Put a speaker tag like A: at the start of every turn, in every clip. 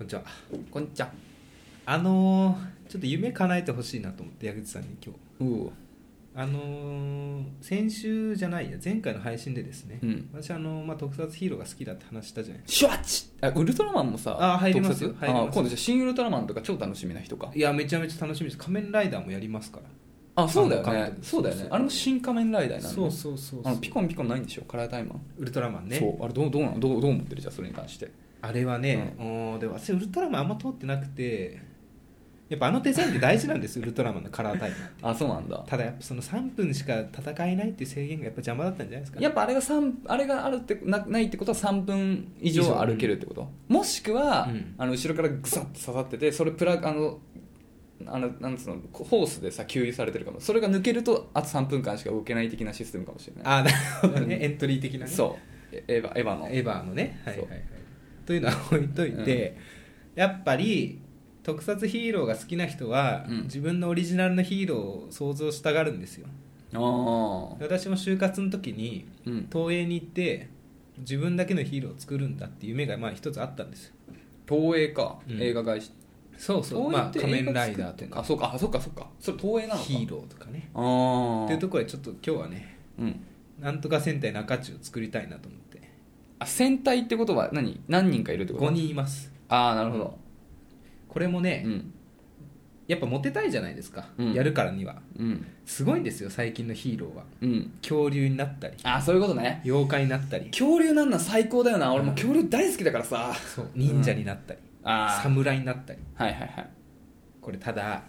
A: にちはこんにちはあのーちょっと夢叶えてほしいなと思って矢口さんに今日
B: うお
A: あのー先週じゃないや前回の配信でですね、
B: うん
A: 私あのーまあ、特撮ヒーローが好きだって話したじゃないです
B: シュワッチあウルトラマンもさ
A: あ入りますよ
B: 特撮
A: 入ります
B: あ今度じゃあ新ウルトラマンとか超楽しみな人か
A: かいやめちゃめちゃ楽しみです仮面ライダーもやりますから
B: あそうだよ
A: あの監
B: ね
A: 督
B: そうだよ
A: そう
B: ね
A: そう
B: あれも新仮面ライダーになるの
A: うそ
B: あのピコンピコンないんでしょカラータイマ
A: ウルトラマン
B: ン
A: ね
B: そうあれどうどうなのどうどう思ってるじゃあそれに関して
A: あれはね、うーでも私ウルトラマンあんま通ってなくてやっぱあのデザインって大事なんですウルトラマンのカラ ータイム
B: あそうなんだ
A: ただやっぱその3分しか戦えないっていう制限がやっぱ邪魔だったんじゃないですか
B: やっぱあれが三あれがあるってなないってことは3分以上歩けるってこともしくは、
A: うん
B: あの後ろからグサッと刺さっててそれプラあのあのなんつうのホースでさ給油されてるかもそれが抜けるとあと3分間しか動けない的なシステムかもしれない
A: あなるほどね、
B: う ん
A: エントリー的なね
B: そうエエヴァエヴァの
A: エヴァのねはいはいはい
B: そ
A: というのは置いといて、やっぱり特撮ヒーローが好きな人は、
B: うん
A: 自分のオリジナルのヒーローを想像したがるんですよ
B: ああ
A: 私も就活の時に
B: うん
A: 東映に行って自分だけのヒーローを作るんだっていう夢がまあ一つあったんですよ
B: 東映か、
A: うん
B: 映画会社
A: そうそう、まあ、仮面ライダーと
B: あ
A: か
B: そうかあそうかそうかそれ東映なのか
A: ヒーローとかね
B: ああ
A: っていうところでちょっと今日はね
B: うん
A: なんとか戦隊中中を作りたいなと思って
B: あ戦隊ってことは何何人かいるってこと
A: 5人います
B: ああなるほど
A: これもね、
B: うん
A: やっぱモテたいじゃないですか、
B: うん
A: やるからには
B: うん
A: すごいんですよ最近のヒーローは
B: うん
A: 恐竜になったり
B: ああそういうことね
A: 妖怪になったり
B: 恐竜なんなん最高だよな俺
A: う
B: も
A: ん
B: 恐竜大好きだからさ
A: そう忍者になったり、
B: ああ
A: 侍になったり
B: はいはいはい
A: これただ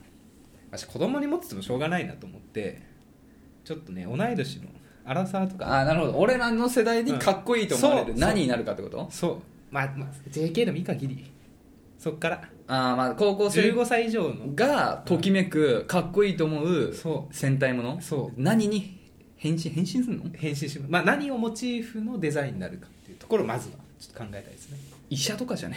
A: 私子供に持っててもしょうがないなと思ってちょっとね同い年のアラサーとか
B: ああなるほど俺らの世代にかっこいいと思われ
A: うん
B: る
A: そう
B: 何になるかってこと
A: そうまあ、まあ、JK でもいいかギリそっから
B: ああまあ高校生
A: 15歳以上の
B: がときめくかっこいいと思う
A: そ
B: 戦隊もの
A: そう
B: 何に変身変身するの
A: 変身します、まあ、何をモチーフのデザインになるかっていうところをまずはちょっと考えたいですね
B: 医者とかじゃね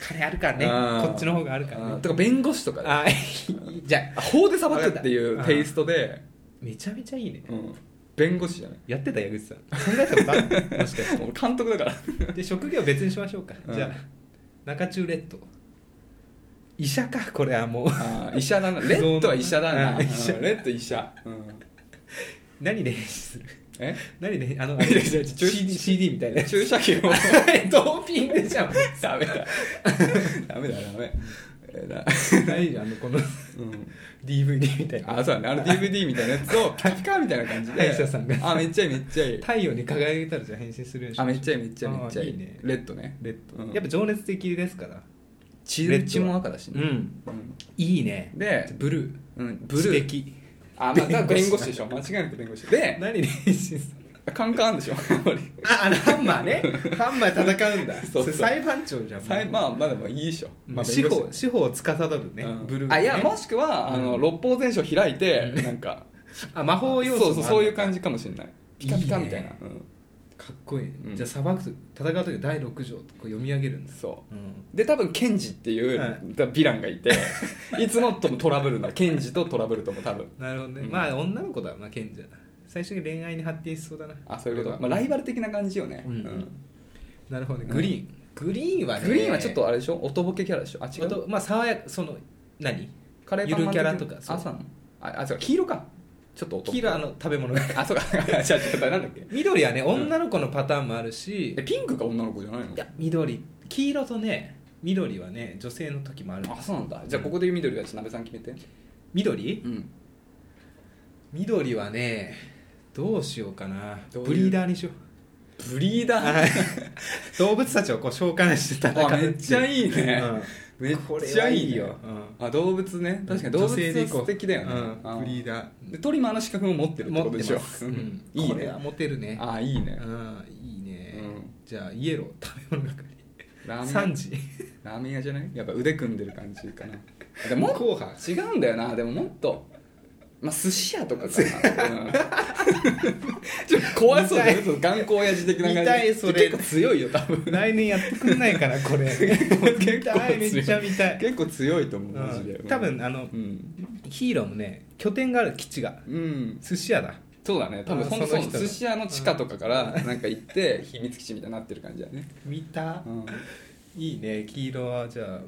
A: 金あるからね
B: あー
A: こっちの方があるから
B: あー
A: ね
B: とか弁護士とかね
A: あーいいじゃあ
B: 法で裁くっていうテイストで、
A: めちゃめちゃいいね、
B: うん弁護士じゃない
A: やってた矢口さん考えたことある もしかし
B: 俺監督だから
A: てで職業別にしましょうか、
B: うん
A: じゃあ中中レッド医者かこれはもう
B: あー医者だ なレッドは医者だ
A: あ
B: な
A: ー
B: 医
A: 医者
B: 者レッド医者、うん、
A: 何練習する
B: え
A: 何であ の
B: いやいや
A: CD, CD みたいな
B: 注射器 を
A: ドーピングじゃん
B: ダメだダメだダメえーだ
A: 何じゃんあのこの
B: うん、
A: DVD みたいな
B: あそうだねあの DVD みたいなやつ をピカみたいな感じで
A: 歯医者さんが
B: あめっちゃいいめっちゃいい
A: 太陽に輝いたらじゃあ変身するようにし
B: あ
A: ま
B: め
A: しょ
B: っちゃいいめっちゃいい
A: あー
B: めっちゃいい
A: いいね
B: レッドね
A: うレッド、
B: うん
A: やっぱ情熱的ですからレッド
B: 血
A: は
B: 血も赤だしね、
A: ん
B: うん
A: いいね
B: で、
A: ブルー
B: うん、
A: ブ
B: ブ
A: ルー
B: ルー
A: 敵
B: あまた弁護士でしょ間違いなく弁護士で
A: 何練習する
B: カンカンあんでしょやっ ぱり
A: ああのハンマーねハンマー戦うんだ
B: そうそう
A: れ裁判長じゃん
B: さいまあまあでもいいでしょ、
A: ま
B: ま
A: あ、
B: あ、
A: 司
B: 弁護士
A: 法司法を司るね、
B: うん
A: ブルー、ね、
B: あいやもしくは、あ
A: う
B: の
A: ん
B: 六法全書開いて、なん か
A: あ魔法要素
B: そうそうそういう感
A: じ
B: じかもしれないピカピカみたいな
A: い
B: い
A: ね
B: うん
A: かっこいい、
B: うん
A: じゃあ裁く戦う時第6条とこう読み上げるんです、
B: そ
A: うん、
B: うで多分ケンジっていう、
A: はい
B: だヴィランがいていつもともトラブルなケンジとトラブルとも多分
A: なるほどね、
B: うん
A: まあ女の子だな賢者最初に恋愛に発展しそうだな
B: あそういうこと、
A: れ
B: まあ、
A: は
B: ライバル的な感じよね、
A: うん
B: うん
A: なるほどねグリーン、グリーンはね
B: グリーンはちょっとあれでしょおとぼけキャラでしょあ違
A: あ
B: う
A: とまあ爽やかその何
B: カレーパンマ
A: ゆる
B: ン
A: キャラとか
B: 的
A: そ
B: な
A: う
B: あそうなのああそうか黄色かちょっと男
A: 黄色はあの食べ物が
B: あそうか 違う違うなんだっけ
A: 緑はね
B: ん
A: 女の子のパターンもあるし、
B: えピンクが女の子じゃないの
A: いや緑黄色とね緑はね女性の時もある
B: あそうなんだじゃあここで言う緑はちょっと鍋さん決めて
A: 緑
B: うん
A: 緑はねどうしようかな
B: どういう
A: ブリーダーにしよう
B: ブリーダー
A: 動物たちをこう召喚して戦う
B: あめっちゃいいね
A: うん
B: めっ
A: これ
B: ちゃ
A: はい
B: い
A: い
B: い
A: よ
B: よ、
A: うん
B: あ動物ね確かに動物
A: 女性でいこう
B: 素敵だよね
A: うん
B: あ
A: ブリーダー
B: でトリマーの資格も持ってるってことでしょ
A: う
B: うんん、いい
A: これは
B: ね
A: モテるね
B: あいいね
A: うんいいね、
B: うん
A: じゃあイエロー食べ物係
B: ラーメ
A: 3
B: ン
A: 時
B: ラーメン屋じゃないやっぱ腕組んでる感じかなでも
A: 後半
B: 違うんだよなでももっとまあ寿司屋とかかな、うん ちょっと怖そうだよ頑固親父的な感じ
A: 見たいそれ
B: 結構強いよ多分
A: 来年やってくんないかなこれ見たいめっちゃ見たい、
B: 結構強いと思う
A: う
B: マジで、
A: ん、多分あの
B: うん、
A: ヒーローもね拠点がある基地が
B: うん、
A: 寿司屋だ
B: そうだね多分
A: あ
B: 本
A: その
B: 当
A: 人
B: 寿司屋の地下とかからなんか行って秘密基地みたいになってる感じだね、
A: 見た、
B: うん、
A: いいね黄色はじゃあ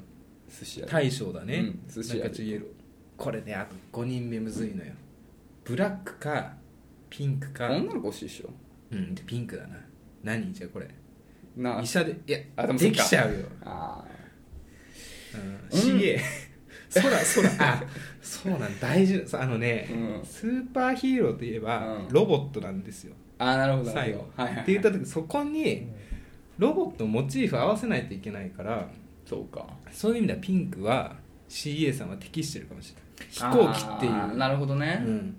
B: 寿司屋
A: 大将だね、
B: うん寿司屋で
A: 中地イエローこれねあと5人目むずいのよブラックかピンクか
B: 女の子欲しいっしょ
A: うんでピンクだな何じゃあこれ
B: なあ
A: 医者でいや
B: あでもそっ
A: で
B: か
A: きちゃうよ、
B: あ
A: うん、CA、そ らそらあそうなん大事そうあのね、
B: うん
A: スーパーヒーローといえば、
B: うん
A: ロボットなんですよ
B: ーあーなるほどな
A: 最
B: る
A: 後
B: ほ、どはいはいはい
A: って言った時そこにロボットのモチーフ合わせないといけないから
B: そうか
A: そういう意味ではピンクは CA さんは適してるかもしれない飛行機っていう
B: あーなるほどね、
A: うん、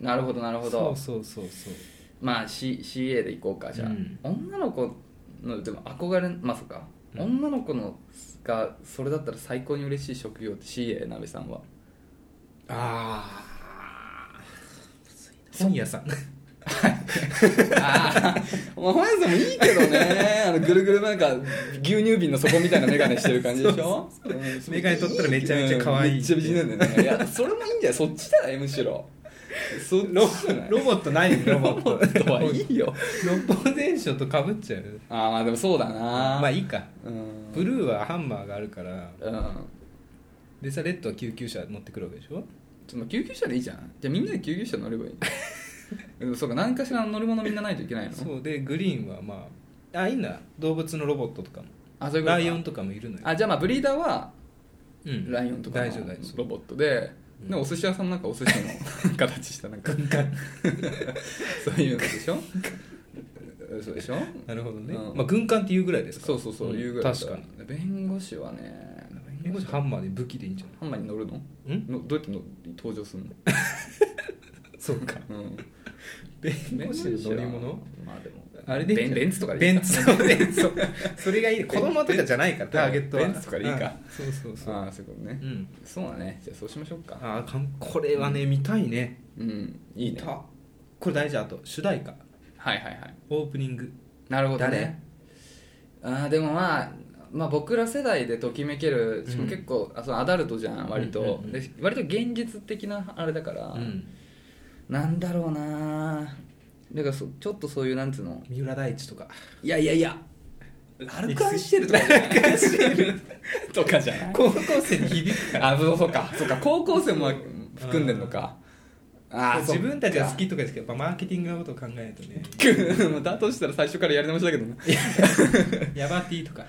B: なるほどなるほど
A: そうそうそうそう
B: まあ、C、CA でいこうかじゃあ、
A: うん
B: 女の子のでも憧れまさか、
A: うん
B: 女の子のがそれだったら最高に嬉しい職業って CA なべさんは
A: ああ 本屋さん
B: ああ お前さんもいいけど ねあのぐるぐるなんか牛乳瓶の底みたいな眼鏡してる感じでしょうん
A: 眼鏡取ったらめちゃめちゃ可愛い
B: うんめっちゃ美人なんだよねいやそれもいいんだよそっちだよむしろそっちじゃない
A: ロボットないロボット
B: ロボットはいいよ
A: 六法全書とかぶっちゃう
B: ああまあでもそうだな
A: まあいいか
B: うん
A: ブルーはハンマーがあるから
B: うん
A: でさレッドは救急車乗ってくるわけでしょ
B: ちょっと救急車でいいじゃんじゃあみんなで救急車乗 ればいいでもそうか何かしらの乗り物みんなないといけないの
A: そうでグリーンはまああいいんだ動物のロボットとかも
B: あそういうこと
A: ラ
B: か
A: イオンとかもいるのよ
B: あじゃあまあブリーダーは
A: うん
B: ライオンとかの
A: 大丈夫大丈
B: ロボットで、
A: うん
B: でお寿司屋さんなんかお寿司の 形したなんか そういうのでしょそうでしょ
A: 夫なるほどね、
B: うん
A: まあ軍艦っていうぐらいですから
B: そうそうそう、いうぐらいだ
A: 確かに
B: 弁護士はね
A: 弁護士ハンマーで武器でいいんじゃ
B: ハンマーに乗るの
A: ないん
B: のどうやっての登場するの、
A: そうか
B: うん、
A: 弁護士の乗り物
B: まあでも
A: あれでいいんじゃない
B: ベンベンツとかでい
A: ベ
B: い
A: ン
B: か
A: ツそうベン ツそうそれがいい子供とかじゃないからターゲットは
B: ベンツとかでいいか
A: うんそうそうそう
B: ああそういうことね、
A: うん
B: そうだねじゃあそうしましょうか
A: あーかんこれはね見たいね
B: うんいいね
A: 見
B: はい
A: たこれ大事あと主題歌
B: はいはい
A: オープニング
B: なるほどねあーでもまあまあ僕ら世代でときめけるしかも結構、あそうアダルトじゃん割と、
A: うんうんうん
B: で割と現実的なあれだから、
A: うん
B: なんだろうなだからそちょっとそういうなんつうの
A: 三浦大知とか
B: いやいやいやラルクアンシェルとかじゃないとかじゃ ない
A: 高校生に響く
B: あそうそうかそうか高校生も含んでるのかあーそっ
A: 自
B: か
A: 分たちは好きとかですけどやっぱマーケティングのことを考えるとね
B: だとしたら最初からやり直しだけどね
A: ヤバティとか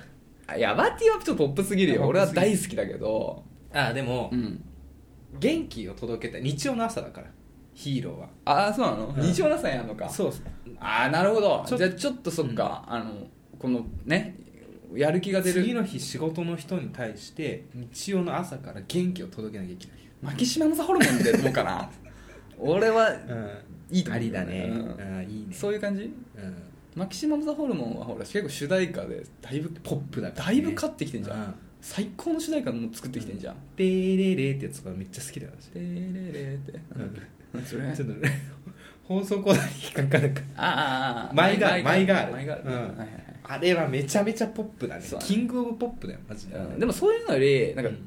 B: あヤバティはちょっとポップすぎるよ
A: ポップ
B: 俺は
A: すぎる
B: 大好きだけど
A: ああでも
B: うん
A: 元気を届けたい日曜の朝だからヒーローは
B: ああそうなの
A: うん
B: 日曜の朝にやるのか
A: そう
B: ああなるほど
A: ちょ
B: じゃあちょっとそっかあのこのねやる気が出
A: 次
B: る
A: の日仕事の人に対して日曜の朝から元気を届けなきゃいけない
B: 牧島のさホルモンでどうかな 俺は
A: うん
B: いいと思
A: あ
B: う
A: りだね、
B: うん
A: あいいね
B: そういう感じ
A: うん
B: マキシマム・ザ・ホルモンはほら結構主題歌でだいぶ
A: ポップだから
B: だ
A: ね
B: いぶ勝ってきてんじゃ
A: うん
B: ん最高の主題歌も作ってきてんじゃん
A: 「デーレレ」ってやつがめっちゃ好きだよ私
B: 「テレレ」って 何それ
A: ちょっとね放送コーナーに引っかかるか
B: ああ
A: マイガール
B: マイガール
A: マ
B: マ
A: イ
B: イ
A: ガ
B: ガ
A: ー
B: ー
A: ル
B: ル
A: うん
B: はいはいはい
A: らあれはめちゃめちゃポップだね
B: そうだね
A: キングオブポップだよマジで、
B: うんでもそういうのよりなんか、
A: うん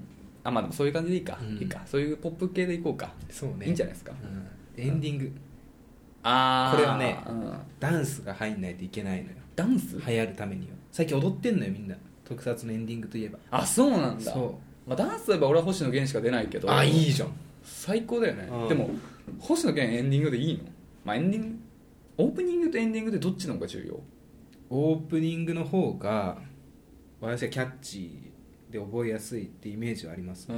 B: あまあでもそういう感じでいいか、
A: うん
B: いいかそういうポップ系でいこうか
A: そうね
B: いいんじゃないですか
A: うんエンディング、
B: あ
A: ー
B: これはね、
A: ダンスが入んないといけないのよ
B: ダンス、
A: 流行るためには最近踊ってんのよみんな特撮のエンディングといえば
B: あそうなんだ
A: そ
B: まあ、ダンスといえば俺は星野源しか出ないけど
A: あいいじゃん
B: 最高だよね、
A: うん
B: でも星野源エンディングでいいのまあエンディングオープニングとエンディングでどっちの方が重要
A: オープニングの方が私はキャッチーで覚えやすいってイメージはありますね、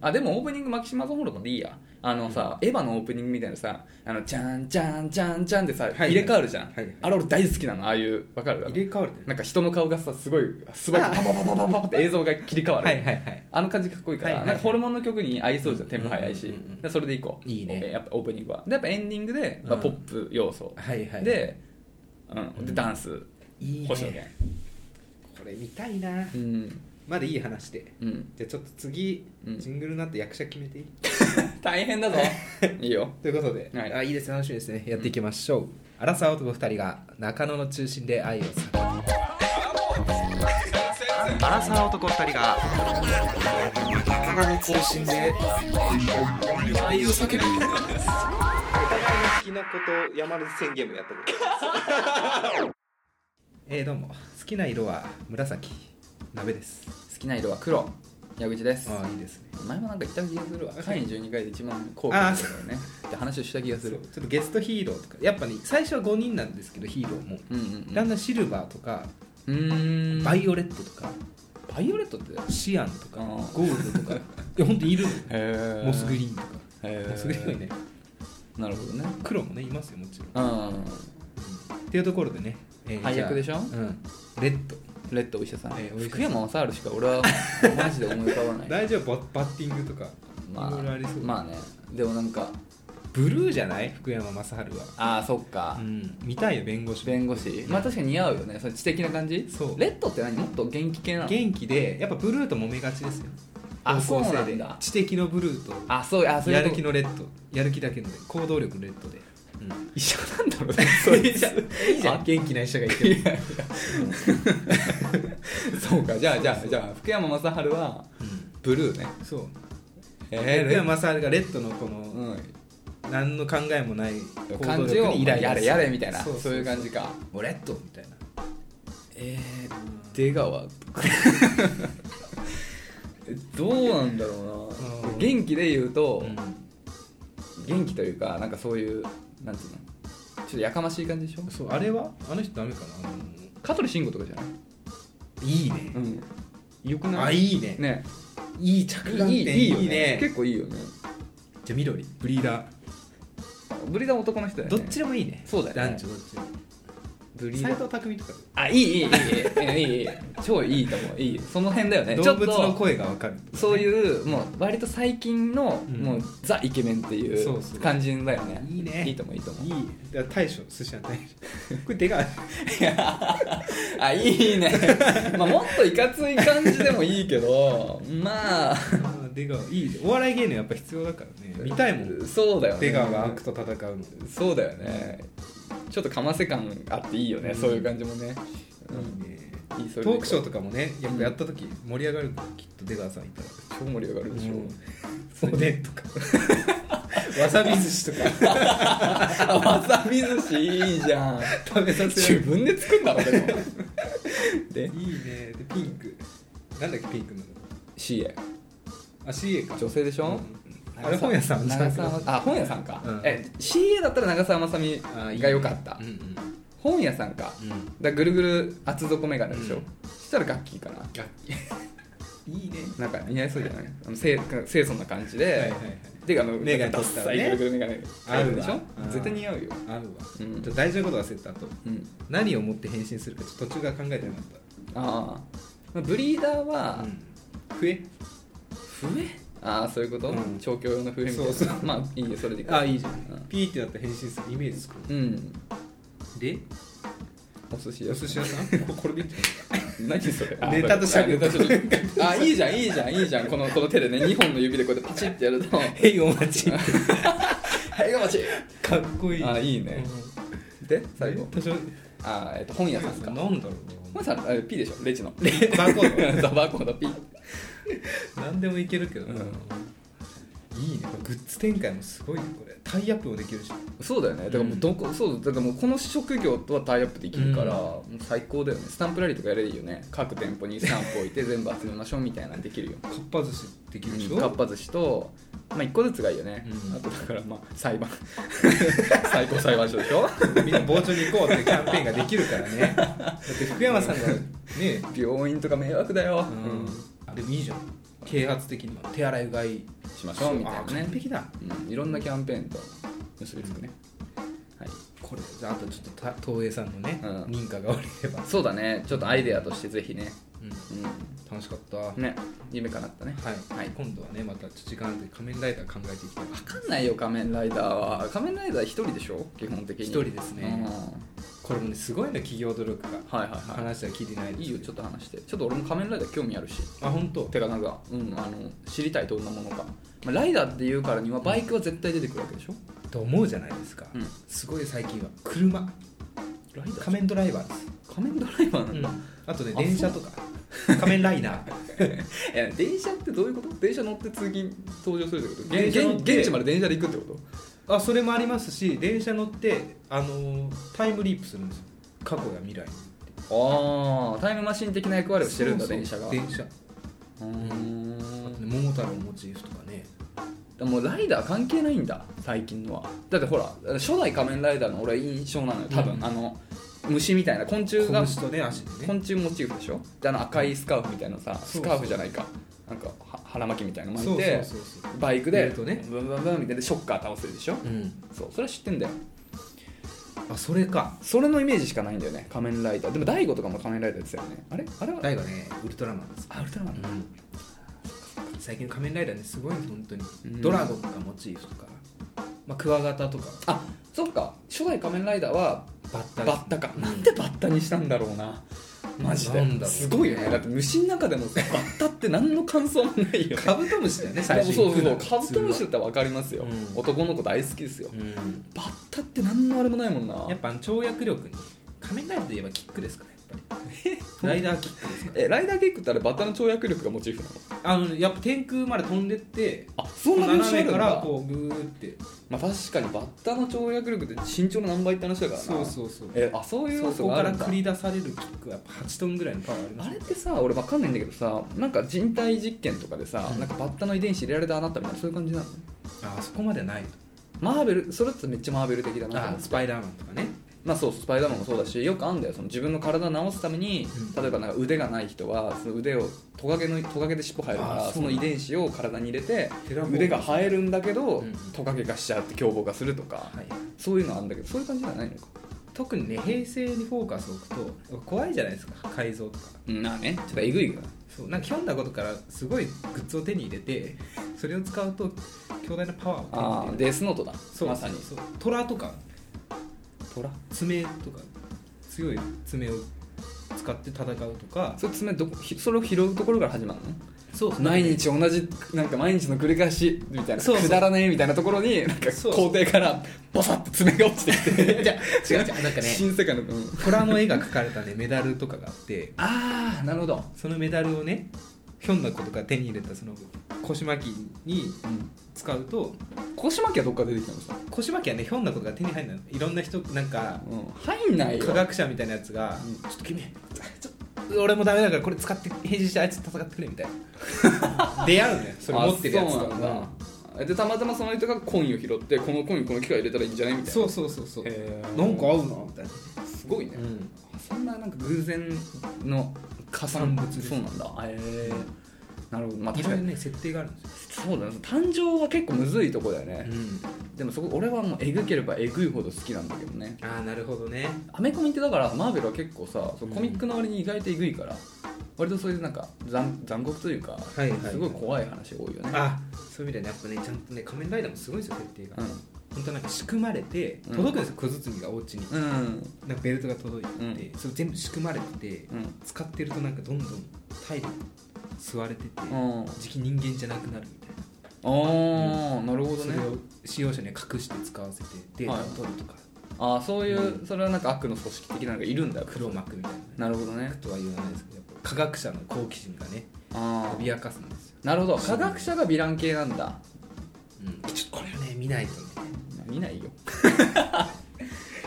B: あでもオープニングマキシマゾホルモンでいいやあのさ、エヴァのオープニングみたいなさあのチャンチャンチャンチャンってさ、
A: はいはい
B: 入れ替わるじゃん、
A: はいはい
B: あれ俺大好きなのああいうわかる
A: 入れ替わるってね
B: なんか人の顔がさすごい素早くパパパパパパって映像が切り替わる、
A: はいはいはい
B: あの感じかっこいいから、
A: はいはい
B: なんかホルモンの曲に合いそうじゃん、テンポ早いし、
A: うんうんうんうん
B: でそれでいこう
A: いいね
B: オーケーやっぱオープニングはでやっぱエンディングで、まあ、
A: うん
B: ポップ要素、
A: はいはい
B: で,、うん、
A: う
B: で
A: ん
B: ダンス、
A: いいね
B: 星野源
A: これ見たいな
B: うん、
A: まだいい話で
B: うん、
A: じゃあちょっと次、
B: うん
A: ジングルになって役者決めていい
B: 大変だぞいいよ
A: と いうことで、
B: はい
A: あいいですね楽しみですねやっていきましょう、アラサー男2人が中野の中心で愛を叫ぶアラサー男2人が中野の中心で愛を叫ぶお互いの好きなこと山根宣言もやってる えー、どうも好きな色は紫鍋です
B: 好きな色は黒矢口です
A: ああいいですね
B: 前もなんか言った気がするわ会員12回で一番効
A: あ
B: 果
A: ー
B: だよねって話をした気がす
A: そう
B: る
A: ちょっとゲストヒーローとかやっぱね最初は5人なんですけどヒーローも、
B: うんうんうん
A: だんだんシルバーとか
B: うーん
A: バイオレットとか、
B: バイオレットって
A: シアンとか
B: あー
A: ゴールドとか いや本当にいるのよ
B: へ
A: モスグリーンとか
B: へー
A: モスグリーンはいね
B: なるほどね
A: 黒もねいますよもちろん
B: う
A: っていうところでね、え
B: 配役でし
A: じ
B: ょ
A: ゃあうんレッド
B: んレッドお医者さん、
A: えーお医者さん
B: 福山雅治しか俺はマジで思い浮か ばない
A: 大丈夫ババッティングとか
B: まあ
A: いろいろありそう
B: まあねでもなんか
A: ブルーじゃない福山雅治は
B: ああそっか、
A: うん見たいよ弁護士
B: 弁護士まあ確かに似合うよねそれ知的な感じ
A: そう
B: レッドって何もっと元気系なの
A: 元気でやっぱブルーと揉めがちですよ
B: あそう
A: 高校
B: な
A: 生
B: ん
A: で
B: だ
A: 知的のブルーと
B: あそうあそういう
A: や
B: こと
A: る気のレッドやる気だけのレッド行動力のレッドで、うん
B: 医者なんだろうね そう
A: いいじゃんいいじゃん元気な医者がいても
B: そうかじゃあじゃあじゃあ福山雅治は
A: うん
B: ブルーね
A: そう
B: え
A: 福山雅治がレッドのこの何の考えもない
B: うん、
A: 行動
B: 感じを
A: 力にイライラ
B: や
A: す
B: れ
A: る
B: やれみたいな
A: そ
B: そうう
A: そうそう
B: いう感じか
A: もうレッドみたいな
B: えー、出川 どうなんだろうな
A: うん
B: 元気で言うと、
A: う
B: 元気というかなんかそういうなんていうのちょっとやかましい感じでしょ
A: んそうあれはあの人ダメかな
B: 香取慎吾とかじゃない
A: いいね
B: うんよく
A: あ
B: ない
A: いいね
B: ね
A: いい着眼点
B: いいいいよね
A: いいね
B: 結構いいよね
A: じゃあ緑ブリーダー
B: ブリーダーも男の人だよ
A: ど
B: ね
A: っちでもいいね
B: そうだよね
A: 男女どっちでも
B: ブリーダ
A: 斎
B: ー
A: 藤匠とか
B: あいいいいいいいいいいいい超いいと思ういいその辺だよね
A: 動物
B: ちょ
A: の
B: っと
A: 声がわかる
B: そういうもう割と最近の、
A: うん
B: もうザイケメンってい
A: そう
B: う
A: そう
B: 感じだよね
A: いいね
B: いいと思ういいと思う
A: いいだから大将寿司屋の 大将これでかい
B: あいいね、 まあ、もっといかつい感じでもいいけどまあ
A: あー出川いいねお笑い芸人やっぱ必要だからね見たいもん
B: そうだよね
A: 出川が悪と戦うの
B: そうだよねちょっとかませ感あっていいよね、
A: うん
B: そういう感じもね、
A: いいね
B: うん、いいそ
A: ト
B: れでいこう
A: ークショーとかもねやっぱやった時盛り上がるからきっと出川さんいたら
B: 超盛り上がるでしょ、
A: うんおでんとか わさび寿司とか
B: あわさび寿司いいじゃん
A: 食べさせ
B: 自
A: る
B: 分で作るんだろでも
A: い
B: で
A: いねでピンクなんだっけピンクの
B: CA
A: あ CA か
B: 女性でしょ、
A: うんあれ本屋さん
B: 長澤まあ本屋さんか、
A: うん
B: え CA だったら長澤まさみ
A: あいいね
B: が良かった、
A: うんうん
B: 本屋さんか
A: うん
B: だぐるぐる厚底メガネでしょ、
A: うん
B: そしたらガッキーかな
A: あいいね
B: なんか似合いそうじゃないあの清清楚な感じで、
A: はいはいはい
B: であの
A: メガネ取ったらね
B: ダッサいぐるぐるメガネ
A: あるわ
B: でしょ
A: うん
B: 絶対似合うよ、
A: あるわ、
B: うん
A: ちょっと大事なこと忘れたあと
B: うん、
A: 何を持って変身するかちょっと途中から考えてなかっ
B: ああブリーダー
A: た、
B: は
A: 笛
B: 笛、ああそういうこと、
A: うん
B: 調教用の笛みたいな
A: そうそう
B: まあいいよそれでいい
A: あいいじゃん、
B: うん
A: ピーってなったら変身するイメージ作る
B: うん
A: で
B: お寿司
A: お
B: 屋
A: 寿司屋さんこ これでいいんじゃない
B: 何それ
A: ネタとしては
B: あネタとしてはあいいじゃんいいじゃんいいじゃんこのこの手でね2本の指でこうやってパチッてやる と「
A: へいお待ち
B: はいがまち!
A: かっこい」い
B: あいいねで最後
A: 多少
B: あーえっと本屋さんか
A: なん
B: 本
A: だろう
B: 屋さんあ P でしょレジの
A: なバーコー
B: ザバーコード P
A: ド何でもいけるけどな、
B: うん
A: いいねグッズ展開もすごいねこれタイアップもできるし
B: そうだよねだからもうどこ、そうだからもうこの職業とはタイアップできるから、
A: うん
B: もう最高だよねスタンプラリーとかやればいいよね各店舗にスタンプ置いて 全部集めましょうみたいなのできるよ
A: かっぱ寿司できるでしょ、
B: かっぱ寿司と、まあ、1個ずつがいいよね、
A: うん
B: あとだからまあ 裁判最高裁判所でしょ
A: みんな傍聴に行こうっていうキャンペーンができるからね だって福山さんがね、
B: 病院とか迷惑だよ、
A: うんでもいいじゃん啓発的には手洗いうがい
B: しましょうみたい
A: あ
B: なね
A: 完璧だ
B: うん、いろんなキャンペーンと結びつくね、はい、
A: これじゃああとちょっとた東映さんのね、
B: うん
A: 認可が下りれば、
B: そうだねちょっとアイデアとしてぜひね、
A: うん楽しかった、
B: うん、ね夢かなったね
A: はい、
B: はい
A: 今度はねまたちょっと時間あるんで仮面ライダー考えていきたい
B: 分かんないよ仮面ライダーは仮面ライダー一人でしょ基本的に
A: 一人ですね
B: うん
A: これもねすごいね企業努力が
B: はいはいは
A: 話は聞いてない
B: いいいよちょっ
A: っ
B: と話してちょっと俺も仮面ライダー興味あるし
A: とあ本当。
B: てかなんか、うん、あの知りたいどんなものか、まあ、ライダーっていうからにはバイクは絶対出てくるわけでしょ、
A: と思うじゃないですか、
B: うん
A: すごい最近は車
B: ライダー
A: 仮面ドライバーです、
B: 仮面ドライバーなんだ、
A: あとね
B: あ
A: 電車とか仮面ライナー
B: え電車ってどういうこと電車乗って通勤登場するってこと
A: 電
B: 現
A: 車乗っ
B: 現
A: て
B: 現地まで電車で行くってこ
A: あそれもありますし電車乗って、あのータイムリープするんですよ過去や未来に
B: ああタイムマシン的な役割をしてるん
A: そ
B: だ
A: うそう
B: 電車が
A: 電車
B: うーん
A: 桃太郎モチーフとかね
B: でもライダー関係ないんだ最近のはだってほら初代仮面ライダーの俺印象なのよ多分、
A: うん
B: あの虫みたいな昆虫が
A: 拳とね足で
B: 昆
A: ね
B: 虫モチーフでしょであの赤いスカーフみたいなさ
A: そ
B: ス
A: うそう
B: カーフじゃないかなんかは腹巻きみたいなの巻
A: そ
B: いうて
A: そうそうそう
B: バイクで
A: ベルトね
B: ブンブンブンみたいなショッカー倒せるでしょ、
A: うん
B: そうそれは知ってんだよ
A: あそれか
B: それのイメージしかないんだよね仮面ライダーでも大悟とかも仮面ライダーですよねあれあれは
A: 大がねウルトラマンです
B: あウルトラマンだ
A: 最近の仮面ライダーねすごいんです本当に、
B: うん
A: ドラゴンがモチーフとか、まあ、クワガタとか
B: あそっか初代仮面ライダーは
A: バッタ
B: バッタかなんでバッタにしたんだろうなマジ
A: なんだろう
B: で
A: ね
B: すごいよねだって虫の中 でもさバッタって何の感想もないよね
A: カブトムシだよね
B: そ
A: 最
B: う
A: 初に
B: そうそう
A: 来る
B: カブトムシだったら分かりますよ、
A: うん
B: 男の子大好きですよ
A: うん
B: バッタって何のあれもないもんな
A: やっぱあの跳躍力に仮面ライダーといえばキックですかねやっぱ りライダーキックですか
B: えライダーゲックってあれバッタの跳躍力がモチーフなの
A: あのやっぱ天空まで飛んでって
B: あそんな
A: 斜
B: あ
A: め
B: るんだ
A: からこうグーって
B: まあ、確かにバッターの跳躍力って身長の何倍って話だからな
A: そうそうそう
B: えあそういう要
A: そ
B: 素
A: こ
B: があ
A: か
B: る
A: ら
B: んだ
A: 繰り出されるキックはやっぱ8トンぐらいのパワーありま
B: あ
A: す
B: れってさ俺分かんないんだけどさなんか人体実験とかでさ、
A: うん
B: なんかバッタの遺伝子入れられたあなたみたいなそういう感じなの
A: あそこまでないと
B: マーベルそれだってめっちゃマーベル的だなと
A: あ
B: 思って
A: スパイダーマンとかね
B: まあそうそうスパイダーマンもそうだしよくあるんだよその自分の体を治すために、
A: うん
B: 例えばなんか腕がない人はその腕をトカゲのトカゲで尻尾生えるか
A: あ
B: ら
A: ー
B: そ
A: そうな
B: の
A: んだ
B: 遺伝子を体に入れて
A: テラフォーマー
B: 腕が生えるんだけど、
A: うん
B: トカゲ化しちゃって凶暴化するとか、
A: はい
B: そういうのあるんだけどそういう感じじゃないのか
A: 特にね平成にフォーカスを置くと怖いじゃないですか改造とか
B: なあねちょっとえぐいよ
A: そうなんかひょんなことからすごいグッズを手に入れてそれを使うと強大なパワーを手に
B: あ
A: 入
B: あ
A: れる
B: デスノートだ
A: そう
B: まさに
A: そう虎とか
B: 虎
A: 爪とか強い爪を使って戦うとか
B: それ爪どこひそれを拾うところから始まるの
A: そう
B: 毎日同じなんか毎日の繰り返しみたいな
A: そうそう
B: くだらねえみたいなところになんか
A: そう
B: 校庭からボサッと爪が落ちてき て
A: じゃ違う違う なんかね
B: 新世界の、うん、
A: 虎の絵が描かれたねメダルとかがあって
B: ああなるほど、
A: そのメダルをねひょんなことから手に入れたその腰巻きに
B: うん、
A: 使うと
B: 腰巻きはどっから出てきたのさ、
A: 腰巻きはねひょんなことから手に入るのいろんな人なんか
B: うん、入んないよ
A: 科学者みたいなやつが
B: うん
A: 「ちょっと君ちょっと俺もダメだからこれ使って返事してあいつと戦ってくれ」みたいな 出会うのよそれ持ってるやつ
B: あ
A: と
B: そうなんだ
A: か、
B: でたまたまその人がコインを拾ってこのコインこの機械入れたらいいんじゃないみたいな
A: そうそうそうそう
B: へー
A: なんか合うなみたいな、
B: すごいね、そんななんか偶然の加算
A: 産
B: 物
A: 物です
B: そうなんだへえなるほどまあ
A: いろ
B: 確か
A: いろ
B: に
A: ね設定があるんですよ、
B: そうだね誕生は結構むずいとこだよね、でもそこ俺はもうえぐければえぐいほど好きなんだけどね
A: ああなるほどね
B: アメコミってだからマーベルは結構さそう
A: うん
B: コミックの割に意外とえぐいから、割とそういうなんか残残酷というか、
A: いはいはい
B: すごい怖い話多いよね
A: あそういう意味ではねやっぱねちゃんとね仮面ライダーもすごいんですよ設定が、
B: う
A: 本当なんか仕組まれて
B: うん
A: 届くんですよ小包がお家に
B: んうん
A: なんかベルトが届いて、それ全部仕組まれてて、
B: うん
A: 使ってるとなんかどんどん体力吸われてて、
B: うん
A: じき人間じゃなくなるみたいな
B: ああ、なるほど
A: そ
B: ね
A: れを使用者には隠して使わせてデータを取るとか、
B: ああそういう、
A: うん
B: それはなんか悪の組織的なのがいるんだよ
A: 黒幕みたいな
B: なるほどね
A: とは言わないですけどやっぱ科学者の好奇心がね
B: ああ
A: 脅かすんですよ、
B: なるほど科学者がヴィラン系なんだ
A: ちょっとこれはね見ないとね
B: 見な いよ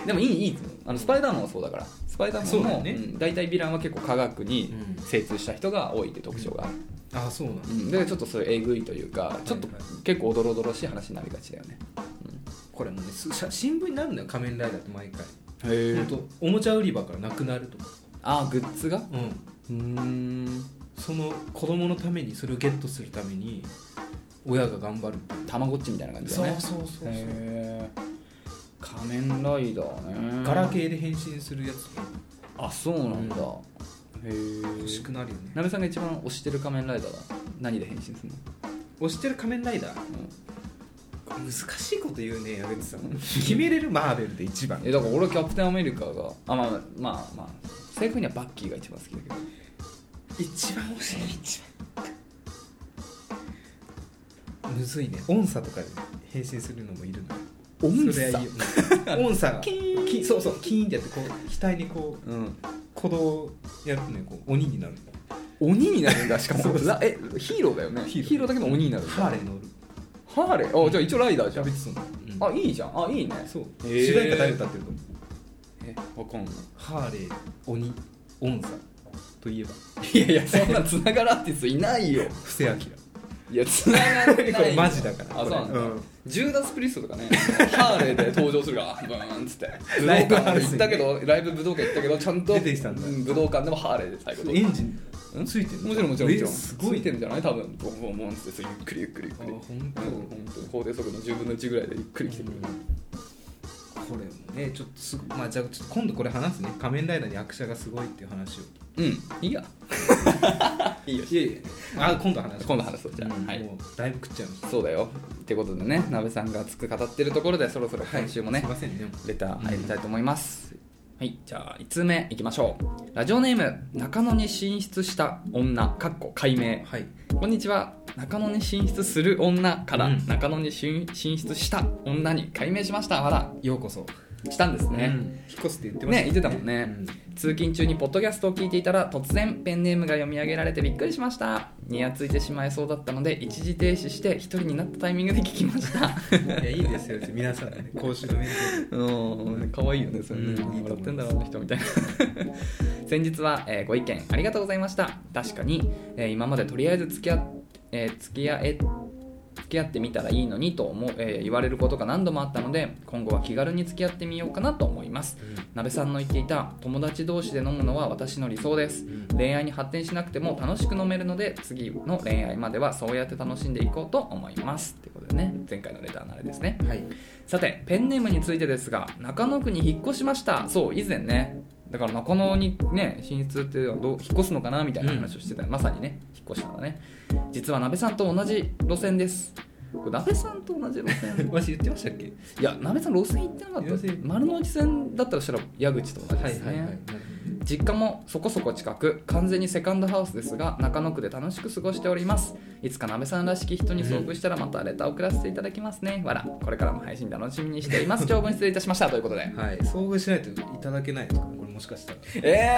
B: でもいいいいあのスパイダーマンはそうだからスパイダー
A: そう
B: マ
A: だ
B: ンも
A: よね
B: うん大体、ヴィランは結構科学に
A: うん
B: 精通した人が多いって特徴がある、
A: ああそうなんだ
B: うんでちょっとそういうえぐいというかちょっと
A: はいは
B: 結構おどろおどろしい話になりがちだよね、
A: これもねす写新聞になるんだよ仮面ライダーって毎回
B: へ
A: ほんとおもちゃ売り場からなくなるとか、
B: ああグッズが
A: うん、
B: うーん
A: その子供のためにそれをゲットするために親が頑張るみたい
B: たまごっちみたいな感
A: な
B: じだよね
A: そうそう
B: へえ仮面ライダーね
A: ガラケーで変身するやつとか
B: あそうなんだ、へ
A: 欲し
B: え
A: くなるよね
B: なべさんが一番推してる仮面ライダーは何で変身するの、
A: 推してる仮面ライダー
B: うん
A: 難しいこと言うね矢口さん決めれるマーベルで一番
B: えだから俺はキャプテンアメリカがあまあまあまあ、まあ、正確にはバッキーが一番好きだけど
A: 一番推してる一番むずいね音叉とかで変身するのもいるのよ
B: 音
A: それはいいよね 音叉がキーンそうそうキーンってやってこう額にこう
B: うん
A: 鼓動をやるとねこう鬼になる
B: 鬼になるんだしかも
A: そうそう
B: ラえヒーローだよねヒ
A: ヒー
B: ー
A: ロー
B: ローだけど鬼になるんだ
A: ハーレー乗る
B: ハーレーあじゃあ一応ライダーじゃん
A: 矢口さんうん
B: あいいじゃんあいいね
A: そう、
B: へー
A: 主題歌誰歌ってると思う
B: えわかんない
A: ハーレー鬼音差といえば
B: いやいやそんなつながるアーティストいないよ
A: 布施明
B: いやつながらない
A: これマジだから
B: あそうなんだ、
A: うん
B: ジューダス・プリストとかねハーレーで登場するからブーンっつって武道
A: ライブハ
B: 館
A: ウ
B: 行
A: ス
B: っ
A: に
B: たけどライブ武道館行ったけどちゃんと
A: 出てきたんだ
B: う武道館でもハーレーで最後
A: エンジンついてる
B: もちろんもちろんもちろん
A: すご
B: つ
A: い
B: いてるんじゃない多分ボンボンボンっつってゆっくりゆっくりゆっくり
A: あ本当
B: うん本当に法定速度の10分の1ぐらいでゆっくり来てくる、
A: これもねちょっとすごまあじゃあちょっと今度これ話すね仮面ライダーに役者がすごいっていう話を
B: うん、いい や。いいよ。
A: あ今度話す
B: 今度話そうじゃあ、
A: ん
B: はい。
A: もうだいぶ食っちゃいまし
B: そうだよ。ってことでね、なべさんが熱く語ってるところで、そろそろ今週
A: た
B: もね、
A: すいませんね
B: レター入りたいと思います。はい、じゃあ5つ目いきましょう。ラジオネーム、中野に進出した女、かっこ解明。
A: はい
B: こんにちは。中野に進出する女から、
A: うん
B: 中野に進進出した女に改名しました。まだ。
A: ようこそ
B: したんですね。
A: うん引っ越すって言ってました
B: ね言ってたもんね、通勤中にポッドキャストを聞いていたら突然ペンネームが読み上げられてびっくりしましたニヤついてしまいそうだったので一時停止して一人になったタイミングで聞きました
A: いやいいですよ皆さんね講習の面接
B: うん可愛いよねそれね、
A: うん
B: 何笑ってんだろうあの人みたいな先日は、えーご意見ありがとうございました確かに、えー今までとりあえず付き合っ、えー付き合え付き合ってみたらいいのにと思う、えー言われることが何度もあったので今後は気軽に付き合ってみようかなと思いますなべさんの言っていた友達同士で飲むのは私の理想です恋愛に発展しなくても楽しく飲めるので次の恋愛まではそうやって楽しんでいこうと思いますってことでね前回のレターのあれですね
A: はい
B: さてペンネームについてですが中野区に引っ越しましたそう以前ねだから中野にね進出っていうのはどう引っ越すのかなみたいな話をしてた、まさにね引っ越したのね実はなべさんと同じ路線ですこれなべさんと同じ路線
A: 私言ってましたっけ
B: いや、なべさん路線行ってなかった
A: 路線
B: 丸の内線だったらしたら矢口と同じですね、実家もそこそこ近く完全にセカンドハウスですが中野区で楽しく過ごしておりますいつかなべさんらしき人に遭遇したらまたレターを送らせていただきますねわらこれからも配信楽しみにしてい ます長文失礼いたしましたということで
A: はい遭遇しないといただけないですかねこれもしかしたら
B: え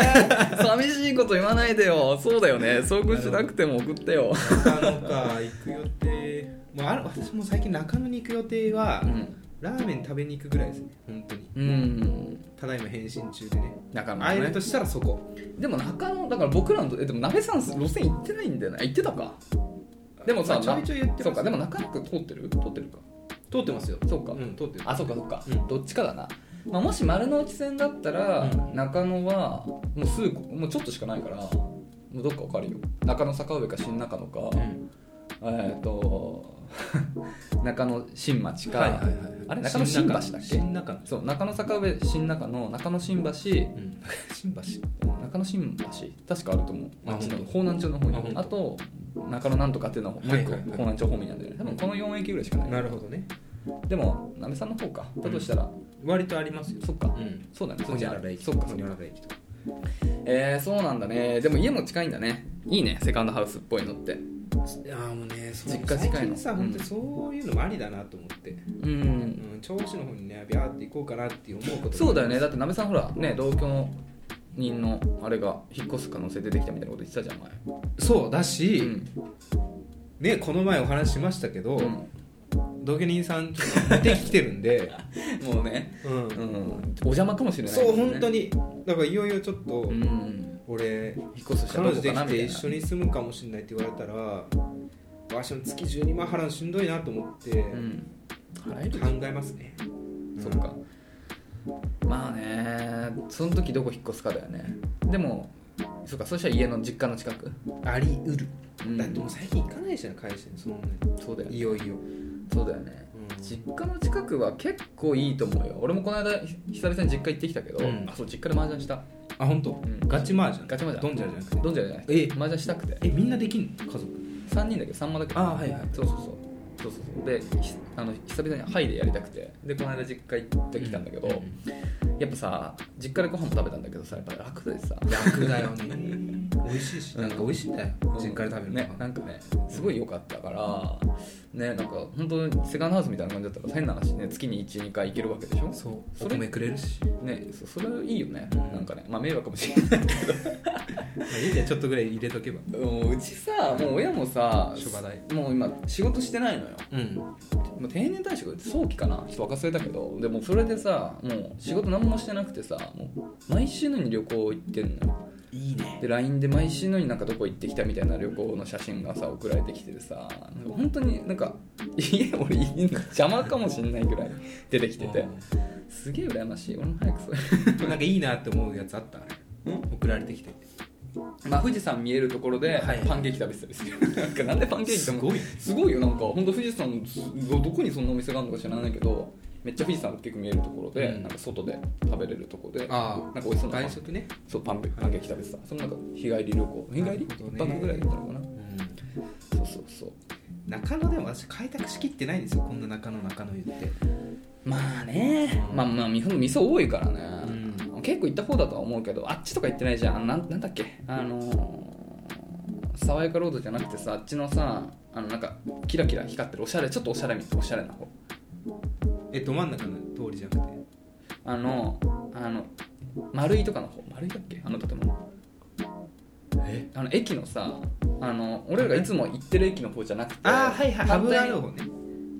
B: ー、寂しいこと言わないでよそうだよね遭遇しなくても送ってよ
A: 中野か行く予定もうある私も最近中野に行く予定は、
B: うん、
A: ラーメン食べに行くぐらいですね本当に
B: うん、
A: ただいま返信中でね
B: 中野
A: 会え
B: ね
A: るとしたらそこ
B: でも中野だから僕らのえでもなべさん路線行ってないんだよな行ってたかでもさ、
A: まあちょいちょい言ってます
B: そうかでも中野区通ってる通ってるか
A: 通ってますよ
B: そうか、
A: うん通ってる
B: あそうかそうか、
A: うん
B: どっちかだな、まあ、もし丸の内線だったら、
A: う
B: 中野はもうすぐもうちょっとしかないからもうどっかわかるよ中野坂上か新中野か、
A: うん
B: えっと 中野新町か、
A: はいはいはいはい
B: あれ中野新橋だっけ
A: 新中野
B: そう中野坂上新中野中野新橋
A: うん新橋
B: 中野新橋確かあると思う
A: あ
B: あっちの
A: 本当
B: 方南町の方に
A: あ本当
B: あと中野なんとかっていうのはもう一個
A: はいはいはい
B: 方南町方面なんだよね多分この4駅ぐらいしかな い
A: なるほどね
B: でもなべさんの方かだとしたら、
A: 割とありますよ
B: そっか、
A: うん
B: そうだね
A: ホニャララ駅
B: そっか
A: ホ
B: そっ
A: ニ
B: か
A: ャララ駅とか
B: えー、そうなんだねでも家も近いんだねいいねセカンドハウスっぽいのって
A: いやーもうねそう
B: 実家近い
A: 最
B: の
A: 近さ本当にそういうのもありだなと思って、
B: う
A: うんん、調子の方にねビャーって行こうかなって思うこと
B: そうだよねだってなべさんほらね同居人のあれが引っ越す可能性出てきたみたいなこと言ってたじゃん
A: そうだし、
B: 前うん
A: ねこの前お話ししましたけど、
B: うん
A: 同居人さんちょっと出てきてるんで、
B: もうね、
A: うん
B: うん、お邪魔かもしれない
A: そう本当
B: に
A: にだからいよいよちょっと、
B: うん
A: 俺
B: 引っ越すした
A: 彼
B: ら
A: 女
B: どこ
A: でき
B: かなみた
A: て
B: い
A: 一
B: な
A: 緒に住むかもしれないって言われたらわしも月12万払うのしんどいなと思って、
B: うん払える
A: 考えますね、
B: そっかまあねその時どこ引っ越すかだよねでもそっかそしたら家の実家の近く
A: ありうる、
B: うん
A: だってもう最近行かないじゃん会社にそのね
B: そうだよね
A: いよいよ
B: そうだよね、
A: うん
B: 実家の近くは結構いいと思うよ俺もこの間ひ久々に実家行ってきたけど、
A: うん
B: あそう実家で麻雀した
A: あ本当、
B: ん
A: ガチマージャン
B: ガチ麻雀
A: ドンジャラじゃなくて
B: どんじゃじゃない
A: え
B: 麻雀したくて
A: えみんなできんの家族
B: 3人だけど3万だけど
A: あはいはい
B: そうそうそうそうそうそうでひあの久々にハイでやりたくてでこの間実家行ってきたんだけど、
A: う
B: やっぱさ実家でご飯も食べたんだけどさやっぱ楽でさ
A: 楽だよね美味しいしなんか美味しいんだよ、実家で食べるの
B: ねなんかねすごい良かったからねなんか本当にセカンドハウスみたいな感じだったら変な話ね月に12回行けるわけでしょ
A: そう
B: そ
A: お
B: れ
A: 米くれるし、
B: ねそそれいいよね、
A: うん
B: なんかねまあ迷惑かもし れない
A: まあ、いいじゃんちょっとぐらい入れとけば
B: けどもううちさもう親もさ
A: 諸話題
B: もう今仕事してないのよ
A: うん
B: もう定年退職早期かなちょっと忘れたけどでもそれでさもう仕事何もしてなくてさもう毎週のように旅行行ってんのよ
C: いいね
B: で LINE で毎週のようになんかどこ行ってきたみたいな旅行の写真がさ送られてきてるさなんか本当になんか家俺いいの邪魔かもしんないぐらい出てきててすげえ羨ましい俺も早くそれ
A: なんかいいなって思うやつあったあれ
B: ん
A: 送られてきて
B: まあ、富士山見えるところで
A: はい
B: パンケーキ食べてたりする、なんかなんでパンケーキっても
A: すごいね
B: すごいよなんか本当富士山すどどこにそんなお店があるのか知らないけどめっちゃ富士山大きく見えるところで、
A: うん
B: なんか外で食べれるところで
A: あー
B: なんか美味しそうなパン
A: 外食ね
B: そうパンパンケーキ食べてたそのなんか日帰り旅行日帰
A: な
B: り
A: るほどね
B: 1泊ぐらいだったのかなそうそうそう
A: 中野でも私開拓しきってないんですよこんな中野中野言って
B: まあね、
A: うん
B: まあまあ日本味噌多いからね、
A: う
B: 結構行った方だとは思うけどあっちとか行ってないじゃんあのなんなんだっけあのー爽やかロードじゃなくてさあっちのさあのなんかキラキラ光ってるおしゃれちょっとおしゃれみおしゃれな方
A: えど真ん中の通りじゃなくて
B: あのあの丸いとかの方丸いだっけあの建物
A: え
B: あの駅のさあの俺らがいつも行ってる駅の方じゃなくて
A: ああはいはい
B: 反
A: 油
B: 対
A: ある
B: に
A: 方ね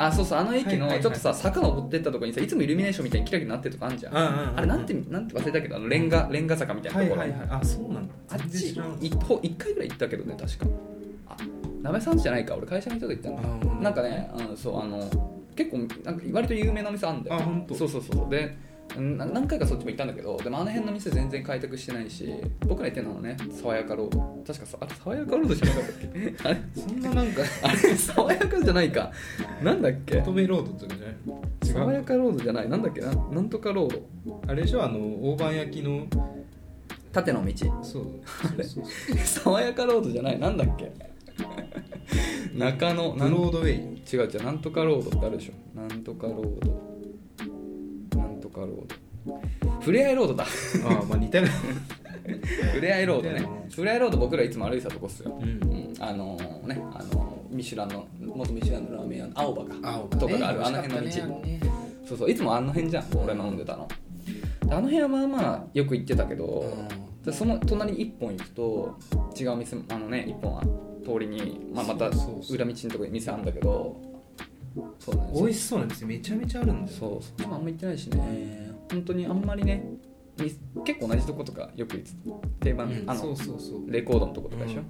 B: あそうそうあの駅の
A: はいはいはい
B: ちょっとさ、坂登ってったとこにさいつもイルミネーションみたいにキラキラなってるとこあるじゃん,、
A: うんうんうんうん
B: あれなんてなんて忘れたけどあのレンガレンガ坂みたいな
A: は
B: と
A: い
B: ころ、
A: はいはいあそうなんだ
B: あっ
A: 全然
B: ち
A: 知らなかった
B: 一歩一回ぐらい行ったけどね確かあ鍋さんちじゃないか俺会社の人と行ったの
A: あー
B: なんかねあのそうあの結構なんか割と有名なお店あんだよ
A: あほんと
B: そうそうそうでな何回かそっちも行ったんだけどでもあの辺の店全然開拓してないし僕ら行ってんのはね爽やかロード確かさあれ爽やかロードじゃなかったっけあれ
A: そんななん か
B: あれ爽やかじゃないかなんだっけ
A: 乙女ロードとかじゃ
B: 爽
A: ない違
B: や
A: う
B: かロードじゃないなんだっけななんとかロード
A: あれでしょあの大判焼きの
B: 縦の道
A: そう
B: れ
A: そうそう
B: 爽やかロードじゃないなんだっけ 中野
A: ブ
B: なん
A: ロードウェイ
B: 違う違うなんとかロードってあるでしょなんとかロードなんとかロードふれあいロー ドだ
A: ああまあ似たような
B: ふれあいロードねふれあいロード僕らいつも歩いてたとこっすよ、
A: うん
B: うんあのねあのミシュランの元ミシュランのラーメン屋の青葉か
A: 青
B: とかがあるあの辺の道、そうそういつもあの辺じゃん俺の飲んでたのであの辺はまあまあよく行ってたけど
A: うん
B: でその隣に1本行くと違う店もあのね1本は通りに、まあ、また裏
A: そうそうそう
B: 道のとこに店あるんだけどそうなんです
A: 美
B: よ
A: 味しそうなんですよめちゃめちゃあるんだよ
B: そうそっちもあんま行ってないしね本当にあんまりねみ結構同じとことかよく行って定番、
A: うん
B: あ
A: そ
B: の
A: うそうそう
B: レコードのとことかでしょ、
A: うん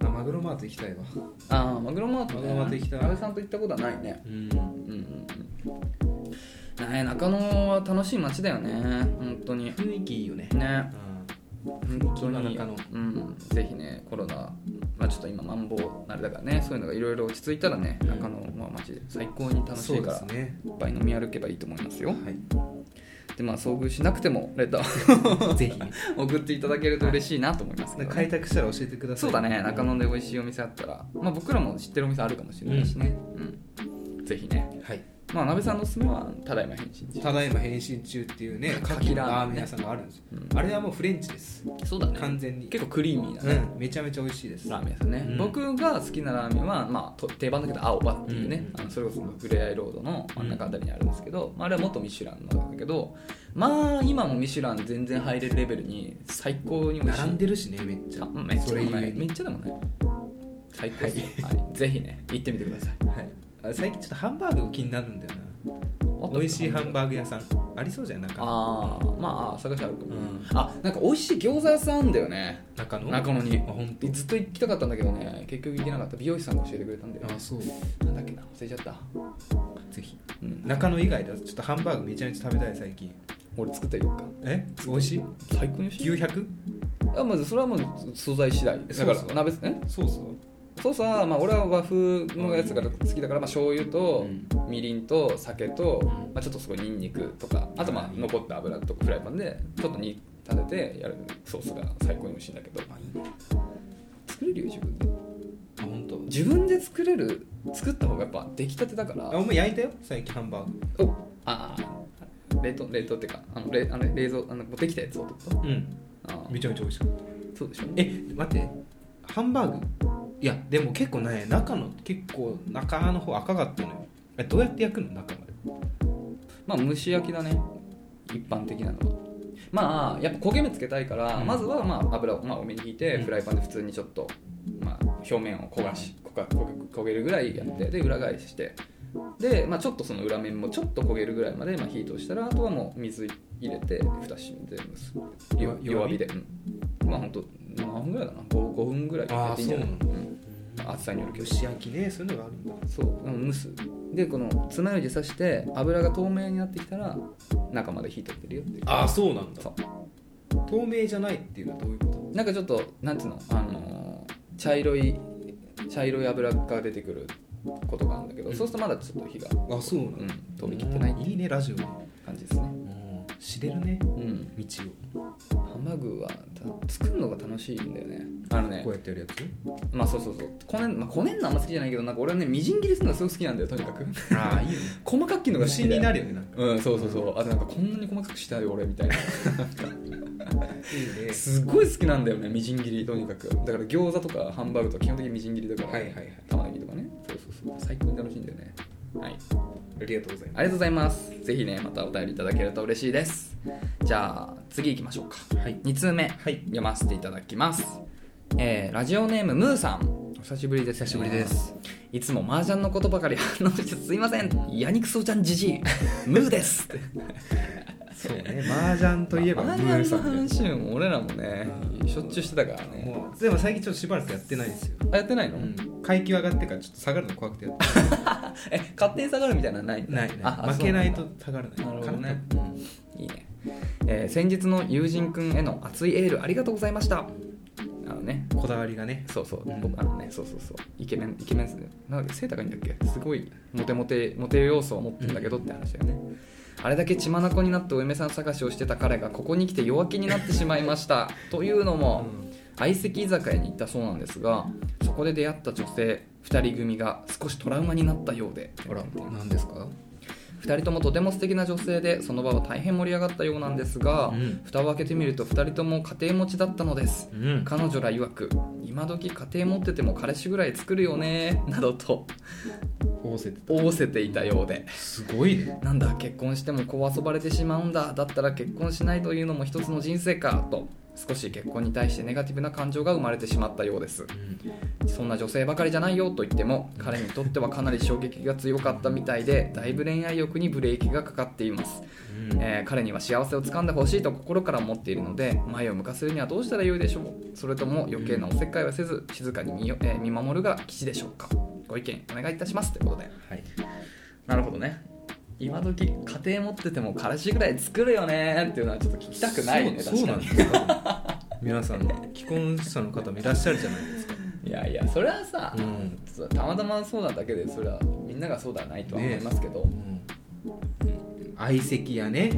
A: あマグロマート行きたいわ
B: ああマグロマートね
A: マグロマート行きたい
B: 安倍さんと行ったことはないね
A: うん
B: うんうんうんねえ中野は楽しい街だよね本当に
A: 雰囲気いいよね
B: ね本当
A: 今
B: に
A: 中野
B: うん、ぜひねコロナ、まあ、ちょっと今マンボウあれだからねそういうのがいろいろ落ち着いたらね中野は街で最高に楽し
A: そ
B: いう
A: で
B: から、
A: すね
B: いっぱい飲み歩けばいいと思いますよ
A: は
B: でまあ遭遇しなくてもレターを
A: いぜひ
B: 送っていただけると嬉しいなと思いますけどね
A: 開拓したら教えてください
B: そうだね中野で美味しいお店あったら、まあ、僕らも知ってるお店あるかもしれないしね、うんぜひね
A: はい
B: まあ鍋さんのおすすめはただいま返信
A: ただいま返信中っていうね牡蠣の
B: かかきラ
A: ラ
B: ー
A: ー
B: メン
A: メン
B: ね
A: 屋さんがあるんですよ
B: うん
A: あれはもうフレンチです
B: そうだね
A: 完全に
B: 結構クリーミーなね、
A: うんめちゃめちゃ美味しいです
B: ラーメンですね、
A: うん
B: 僕が好きなラーメンは、まあ、と定番だけど青葉っていうね、
A: うん
B: あのそれこそふれあいロードの真ん中あたりにあるんですけど、まあ、あれは元ミシュランなんだけどまあ今もミシュラン全然入れるレベルに最高に美味しい
A: 並んでるしねめっちゃ
B: あめっちゃ
A: そ
B: で
A: れ
B: も
A: ゆ
B: な
A: え
B: いめっ
A: に
B: ちゃでもない最高です、はい、ぜひね行ってみてください
A: はいあ最近ちょっとハンバーグが気になるんだよな美味しいハンバーグ屋さんありそうじゃん中野
B: ああまあ探してあるか
A: う
B: も、
A: ん
B: あなんか美味しい餃子屋さんあんだよね
A: 中野
B: 中野に
A: あ本当
B: ずっと行きたかったんだけどね結局行けなかった美容師さんが教えてくれたんだよ
A: あそう
B: なんだっけな忘れちゃった、
A: ぜひ
B: うん、
A: 中野以外だとちょっとハンバーグめちゃめちゃ食べたい最近
B: 俺作ってあげようか
A: え美味しい
B: 最高に美味しい
A: ?900?
B: あまずそれはもう素材次第だから
A: ソースは
B: 鍋え
A: そうそう
B: ソースはまあ俺は和風のやつが好きだからまあ醤油とみりんと酒と
A: うん
B: まあちょっとすごいニンニクとかあとまあ
A: うん
B: 残った油とかフライパンでちょっと煮立ててやるソースが最高に美味しいんだけど作れるよ自分で
A: あ本当。
B: 自分で作れる作った方がやっぱ出来たてだから
A: あお前焼いたよ最近ハンバーグ
B: おああ冷凍冷凍っていうかあのれあの冷蔵あの持ってきたやつをってこと
A: うん
B: ああ
A: めちゃめちゃ美味しかった
B: そうでしょ
A: え待ってハンバーグいやでも結構ね中の結構中の方赤かったのよえどうやって焼くの中まで
B: まあ蒸し焼きだね一般的なのはまあやっぱ焦げ目つけたいから、
A: うん
B: まずはまあ油をまあ多めに引いて、
A: うん
B: フライパンで普通にちょっと、まあ、表面を焦がし焦が焦げ焦げるぐらいやってで裏返してで、まあ、ちょっとその裏面もちょっと焦げるぐらいまで、まあ、火通したらあとはもう水入れて蓋して全部す
A: よ
B: 弱火で、うんまあ本当何分ぐらいかな 5, 5分ぐらいやっていいんじゃない
A: あー
B: うん、厚さによるけど
A: 蒸し焼きねそういうのがあるんだ
B: そううん蒸すでこの爪楊枝刺して油が透明になってきたら中まで火取ってるよっていう
A: ああそうなんだ
B: そう
A: 透明じゃないっていうのはどういうこ
B: なんかちょっとなんつうの、あのー茶色い茶色い油が出てくることがあるんだけど、
A: うん
B: そうするとまだちょっと火が、
A: とあそうなん
B: う
A: だ
B: ん、通りきってないってい
A: いいねラジオね
B: う感じですね
A: 知れるね
B: うん
A: 道
B: ハマグはた作るのが楽しいんだよねあの
A: を
B: ね
A: こうやってやるやつ
B: まあそうそうそうこねん、まあ、こねんのあんま好きじゃないけどなんか俺はねみじん切りするのがすごく好きなんだよとにかく
A: ああいいよね
B: 細かく切るのが
A: 無
B: 好き
A: 心に
B: だよ
A: なるよねなんか
B: うんそうそうそうあとなんかこんなに細かくしたい俺みたいな
A: いいね
B: すっごい好きなんだよねみじん切りとにかくだから餃子とかハンバーグとか基本的にみじん切りだから、
A: はいはいはい
B: 玉ねぎとかねそうそうそう最高に楽しいんだよねはい
A: ありがとうござい
B: ありがとうございますぜひねまたお便りいただけると嬉しいですじゃあ次行きましょうか
A: すはい
B: 2通目、
A: はい
B: 読ませていただきます、えーラジオネームムーさんお久しぶりです、
A: 久しぶりです
B: いつも麻雀のことばかり反応してすいませんヤニクソちゃんじじ いムーですって
A: そうね 麻雀といえばム
B: 麻
A: ーさ
B: 雀の
A: んで
B: 話も俺らもねしょっちゅうしてたからね
A: もうでも最近ちょっとしばらくやってないですよ
B: あやってないの、
A: うん階級上がってからちょっと下がるの怖くてやって
B: え勝手に下がるみたいなのないんだ
A: ないない
B: ああ
A: 負けないと下がらない
B: なるほどね
A: うん
B: いいね、えー先日の友人くんへの熱いエールありがとうございましたあのね
A: こだわりがね
B: そうそう、
A: うん
B: 僕あのねそうそうそうイケメンイケメンっすねなんだっけ背高いんだっけすごいモテモテモテ要素を持ってるんだけどって話だよね、あれだけ血眼になってお嫁さん探しをしてた彼がここに来て弱気になってしまいました というのも
A: うん
B: 相席居酒屋に行ったそうなんですがそこで出会った女性2人組が少しトラウマになったようで
A: あら何ですか
B: 2人ともとても素敵な女性でその場は大変盛り上がったようなんですが、
A: うん
B: 蓋を開けてみると2人とも家庭持ちだったのです
A: うん
B: 彼女ら曰く今時家庭持ってても彼氏ぐらい作るよねなどと
A: 仰せて
B: 仰せていたようです
A: ごいね
B: なんだ結婚しても子遊ばれてしまうんだだったら結婚しないというのも一つの人生かと少し結婚に対してネガティブな感情が生まれてしまったようですそんな女性ばかりじゃないよと言っても彼にとってはかなり衝撃が強かったみたいでだいぶ恋愛欲にブレーキがかかっています
A: うん
B: えー彼には幸せをつかんでほしいと心から思っているので前を向かせるにはどうしたらよいでしょうそれとも余計なおせっかいはせず静かに見よ、えー見守るが吉でしょうかご意見お願いいたしますってことで
A: はい
B: なるほどね今時家庭持ってても彼氏ぐらい作るよねっていうのはちょっと聞きたくないね
A: そうそうな
B: 確か
A: ん
B: に
A: ですか皆さん既婚者の方もいらっしゃるじゃないですか
B: いやいやそれはさ、
A: うん
B: そうたまたまそうなだけでそれはみんながそうではないとは思いますけど、行
A: うん相席屋ね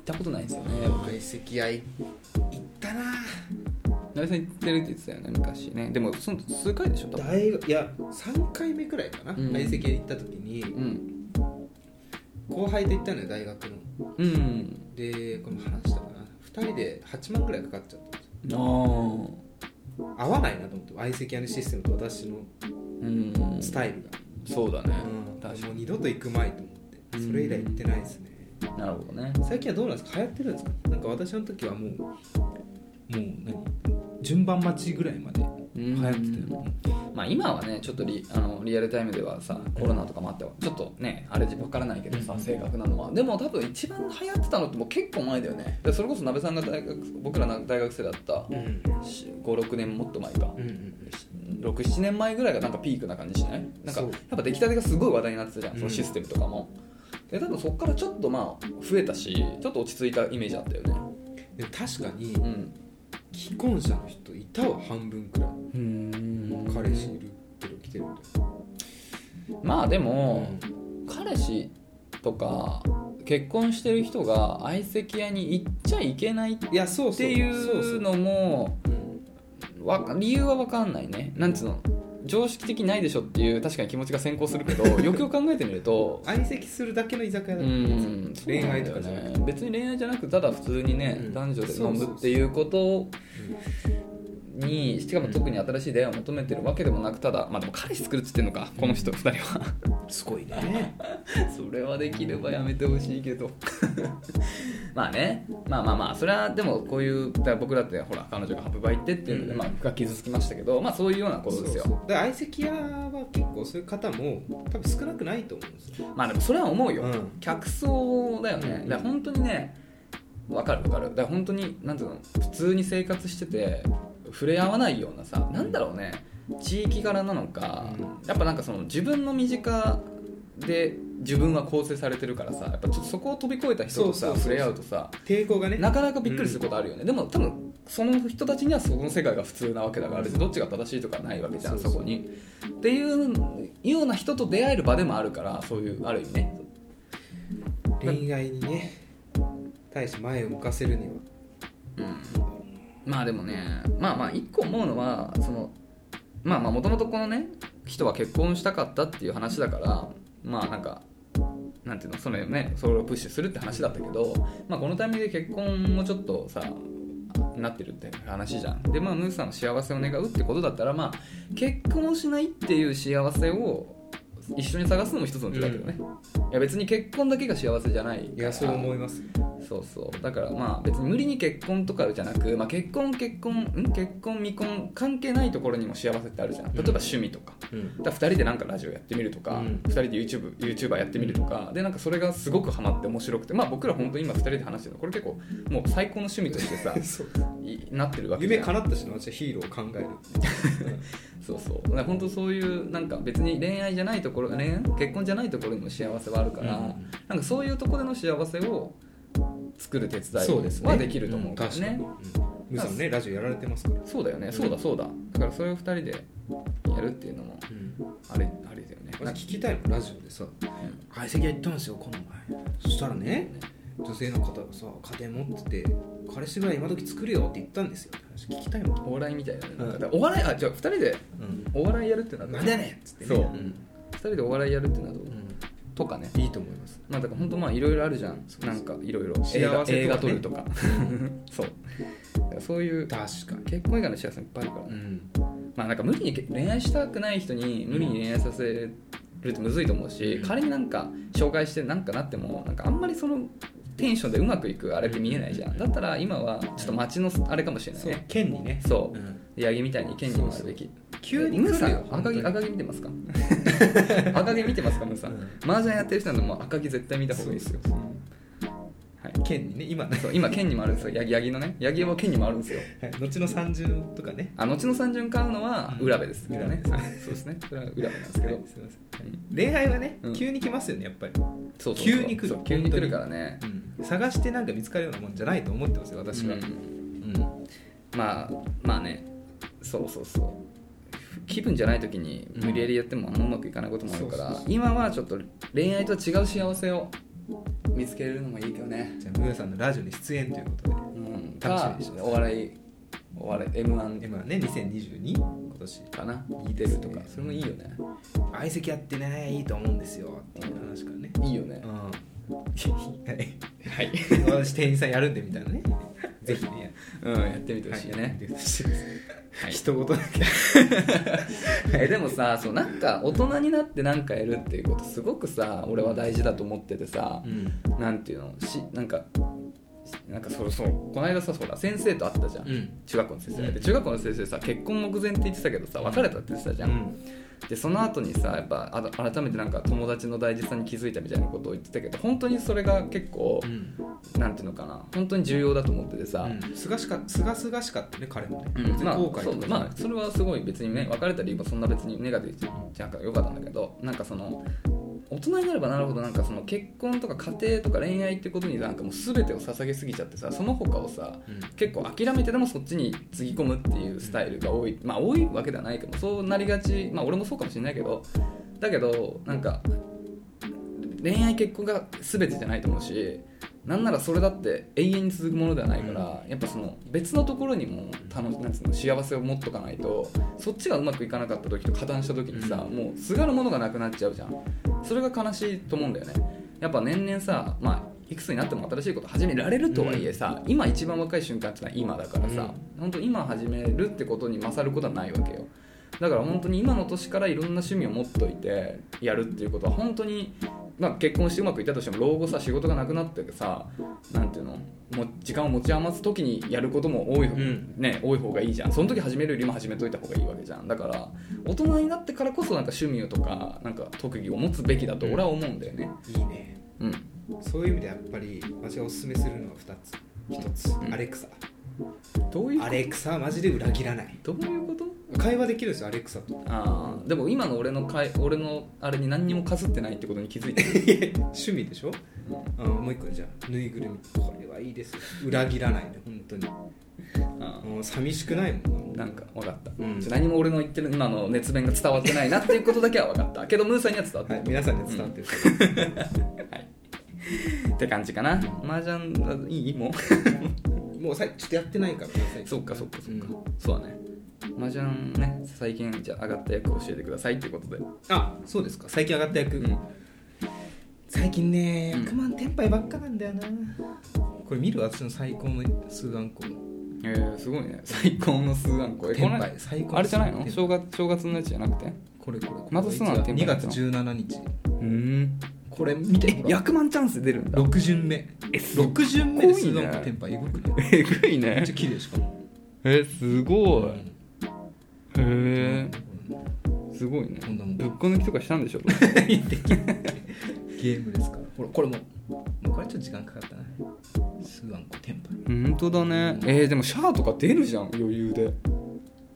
B: ったことないですよね
A: 相席屋行ったな
B: 成さん行ってるって言ってたよね昔ねでもその数回でしょ多分
A: 大学いや3回目くらいかな
B: うん
A: 相席屋行った時に
B: うん
A: 後輩と行ったのよ大学の
B: うん
A: でこれも話したかな2人で8万くらいかかっちゃったんですよ
B: ああ
A: 合わないなと思って相席屋のシステムと私の
B: うん
A: スタイルが、
B: そうだね、
A: うん
B: 確か
A: もう二度と行くまいと思ってそれ以来行ってないですね、
B: になるほどね
A: 最近はどうなんですか流行ってるんですかなんか私の時はもうもう何順番待ちぐらいまで流行ってたよ、
B: まあ今はねちょっとリあのリアルタイムではさコロナとかもあってちょっとねあれ分からないけどさ
A: うん
B: 正確なのはでも多分一番流行ってたのってもう結構前だよねでそれこそ鍋さんが大学僕らの大学生だった
A: うんうん
B: 56年もっと前か
A: うんうん
B: 67年前ぐらいがなんかピークな感じしないなんか
A: そ
B: や
A: う
B: っぱ出来たてがすごい話題になってたじゃん、
A: うん
B: そのシステムとかもで多分そこからちょっとまあ増えたしちょっと落ち着いたイメージあったよね
A: でも確かに
B: うん
A: 既婚者の人いたわ半分くらい彼氏いるけど来てるみたい
B: まあで
A: な
B: も、彼氏とか結婚してる人が相席屋に行っちゃいけないっ
A: いやそうそう
B: ていうのも
A: そうそううん
B: わか理由は分かんないねなんつうの常識的ないでしょっていう確かに気持ちが先行す るけどよくよく考えてみると
A: 相席するだけの居酒屋
B: う
A: だったんですよ
B: んそうなんだよ
A: 恋愛とかじゃな
B: ね別に恋愛じゃなくただ普通にね、
A: うん
B: 男女で
A: そ
B: 飲
A: うそうそう
B: むっていうことにしかも特に新しい出会いを求めてるわけでもなくただまあでも彼氏作るっつってんのかこの人2人は
A: すごいね
B: それはできればやめてほしいけど まあねまあまあまあそれはでもこういうだから僕だってほら彼女がハブバイってっていうので、
A: うん
B: まあ、僕は傷つきましたけどまあそういうようなことですよ
A: そうそうだから相席屋は結構そういう方も多分少なくないと思うんですよ
B: まあでもそれは思うよ、
A: うん
B: 客層だよね、
A: うん
B: だから本当にねわかるわかるだから本当になんていうの普通に生活してて触れ合わないようなさなんだろうね地域柄なのか、やっぱなんかその自分の身近で自分は構成されてるからさやっぱちょっとそこを飛び越えた人
A: そ
B: と
A: う
B: さ
A: そうそう
B: 触れ合うとさ
A: 抵抗がね
B: なかなかびっくりすることあるよね、でも多分その人たちにはその世界が普通なわけだから別にどっちが正しいとかないわけじゃん
A: そ
B: そう
A: そう
B: こにっていうような人と出会える場でもあるからそういうある意味ね
A: 恋愛にね対して前を向かせるには
B: まあでもねまあまあ一個思うのはそのまあまあもともとこのね人は結婚したかったっていう話だからまあなんかなんていうのそれねそれをプッシュするって話だったけど、まあ、このタイミングで結婚もちょっとさなってるって話じゃんでまあムーさんの幸せを願うってことだったらまあ結婚をしないっていう幸せを一緒に探すのも一つの手だけどね、いや別に結婚だけが幸せじゃないから
A: いやそう思います
B: そうそうだからまあ別に無理に結婚とかじゃなく、まあ、結婚結婚ん結婚未婚関係ないところにも幸せってあるじゃん例えば趣味とか,、
A: うん
B: だから2人でなんかラジオやってみるとか、
A: うん
B: 2人で YouTube YouTuber やってみるとかでなんかそれがすごくハマって面白くてまあ僕ら本当に今2人で話してるのこれ結構もう最高の趣味とし てさ
A: そう
B: いなってるわけじゃ
A: 夢
B: ん
A: 叶ったしの私はヒーローを考える
B: そうそうだから本当そういうなんか別に恋愛じゃないところ恋愛結婚じゃないところにも幸せはあるから、
A: うん
B: なんかそういうところでの幸せを作る手伝
A: そうです
B: い
A: ね
B: はできると思うからね、
A: 確かにムーさんねラジオやられてますから
B: そうだよね、
A: ん
B: そうだそうだだからそれを2人でやるっていうのもあれあれだよね
A: 私聞きたいもんラジオでさ相席屋行ったんですよこの前そしたらね女性の方がさ家庭持ってて彼氏ぐらい今時作るよって言ったんですよって話聞きたいもん、
B: お笑いみたいだね、
A: うん
B: なんかお笑いあじゃあ2人でお笑いやるってなった
A: なんでやねんっつってね
B: そうん2人でお笑いやるってなどうとかね
A: うんいいと思います
B: まあだから本当まあいろいろあるじゃんなんかいろいろ
A: 幸せ
B: 映
A: とか
B: 画
A: ね
B: 映画撮るとか そうだからそういう
A: 確かに
B: 結婚以外の幸せもいっぱいあるから、
A: ん
B: まあなんか無理に恋愛したくない人に無理に恋愛させるってむずいと思うし、
A: うん
B: 仮になんか紹介してなんかなってもなんかあんまりそのテンションでうまくいくあれって見えないじゃんだったら今はちょっと街のあれかもしれない
A: そう
B: ね
A: 県にね
B: そう、
A: ん
B: 八木みたいに県にもあるべき
A: 急に
B: ム
A: 来
B: ーさ
A: る
B: ん
A: よ
B: 赤木
A: 本当に
B: 赤木見てま すか赤木見てますかムーさん、
A: うん
B: 麻雀やってる人なんでもう赤木絶対見た方がいいですよ
A: そう
B: はい
A: 県にね今ね
B: そう今県にもあるんですよ八木八木のね八木は県にもあるんですよ
A: はい後の三巡とかね
B: あ後の三巡買うのは浦部ですけどね、
A: うん
B: はいそうですねそれは浦部なんですけど、
A: はいすいません恋愛はね
B: うん
A: 急に来ますよねやっぱり
B: そうそうそう
A: 急に来る
B: そう急に来るからね
A: 探してなんか見つかるようなもんじゃないと思ってますよ私は
B: う
A: うんん
B: まあまあねそうそうそう気分じゃない時に無理やりやってもあんまうまくいかないこともあるから、
A: そうそう
B: 今はちょっと恋愛とは違う幸せを見つけれるのもいいけどね
A: じゃあムーさんのラジオに出演ということで
B: うん
A: 楽しみ
B: か
A: にしてます
B: お笑いお笑い m 1
A: 今ね2022今年
B: かない
A: い
B: 出
A: です
B: る
A: ね
B: とかそれもいいよね
A: 相席やってねいいと思うんですよっていう話からね
B: いいよね
A: うんはい 私店員さんやるんでみたいなねぜひね
B: うんやってみてほしいね、
A: はい一言だけ
B: えでもさそうなんか大人になってなんかやるっていうことすごくさ俺は大事だと思っててさ、なんていうのしなんかしなんかそうそうこの間さほら先生と会ったじゃん、
A: うん
B: 中学校の先生
A: うん
B: で中学校の先生さ結婚目前って言ってたけどさ別れたって言ってたじゃん、でその後にさやっぱあの改めてなんか友達の大事さに気づいたみたいなことを言ってたけど本当にそれが結構、なんていうのかな本当に重要だと思っててさ、
A: すがしかすがすがしかってね彼もね
B: うん
A: 別に
B: まあ
A: 後悔
B: そう
A: とか
B: まあそれはすごい別にね別れた理由もそんな別にネガティブじゃなくてよかったんだけどなんかその大人になればなるほどなんかその結婚とか家庭とか恋愛ってことになんかもう全てを捧げすぎちゃってさその他をさ結構諦めてでもそっちにつぎ込むっていうスタイルが多いまあ多いわけではないけどそうなりがちまあ俺もそうかもしれないけどだけどなんか恋愛結婚が全てじゃないと思うしなんならそれだって永遠に続くものではないから、やっぱその別のところにも楽しなんつうの幸せを持っとかないとそっちがうまくいかなかった時と加担した時にさ、
A: う
B: もうすがるものがなくなっちゃうじゃんそれが悲しいと思うんだよねやっぱ年々さ、まあ、いくつになっても新しいこと始められるとはいえさ、今一番若い瞬間ってのは今だからさ、本当今始めるってことに勝ることはないわけよだから本当に今の年からいろんな趣味を持っといてやるっていうことは本当に、まあ、結婚してうまくいったとしても老後さ仕事がなくなってさなんていうのもう時間を持ち余す時にやることも多い,、
A: ん
B: ね、多い方がいいじゃんその時始めるよりも始めといた方がいいわけじゃんだから大人になってからこそなんか趣味とかなんか特技を持つべきだと俺は思うんだよね
A: いいね
B: うん、
A: そういう意味でやっぱり私がおすすめするのは2つ一つ
B: ん
A: アレクサ
B: どういうこ
A: ア
B: と
A: レクサはマジで裏切らない
B: どういうこと
A: 会話できるんですよアレクサと
B: ああでも今の俺のかい俺のあれに何にもかすってないってことに気づいてる
A: 趣味でしょ、うん、もう一個じゃあぬいぐるみこれはいいですよ裏切らないね本当に
B: あ
A: もう寂しくないも
B: ー
A: ん
B: なんか分かった、
A: うん
B: ちょ何も俺の言ってる今の熱弁が伝わってないなっていうことだけは分か ったけどムーさんには伝わって
A: は
B: る、
A: い、皆さんに伝わってる、
B: って感じかな麻雀はいいもう
A: もうさちょっとやってないからね最近
B: そうかそうかそうか、
A: うん
B: そうだね麻雀ね最近じゃあ上がった役教えてくださいっていうことで
A: あそうですか最近上がった役、
B: うん
A: 最近ね
B: うん
A: 100万転売ばっかなんだよな、これ見る私の最高の数案項
B: えー、すごいね最高の数案これ
A: 転売
B: この間
A: 最高の数案
B: あれじゃないの
A: 転売
B: 正月正月のやつじゃなくて
A: これこれこれ
B: また数案転売
A: 2月17日
B: うん
A: これ見て
B: え100万チャンス出るんだ
A: 6巡目
B: え
A: 6巡目で数案項転売エゴくない
B: えぐい
A: めっ
B: ね
A: ちゃ綺麗しかも
B: えすごいへえ
A: うん
B: すごいね
A: こんなもん
B: ぶっこ抜きとかしたんでしょ
A: ゲームですからほらこれももうこれちょっと時間かかったな数案項転売
B: 本当だねえー、でもシャアとか出るじゃん余裕で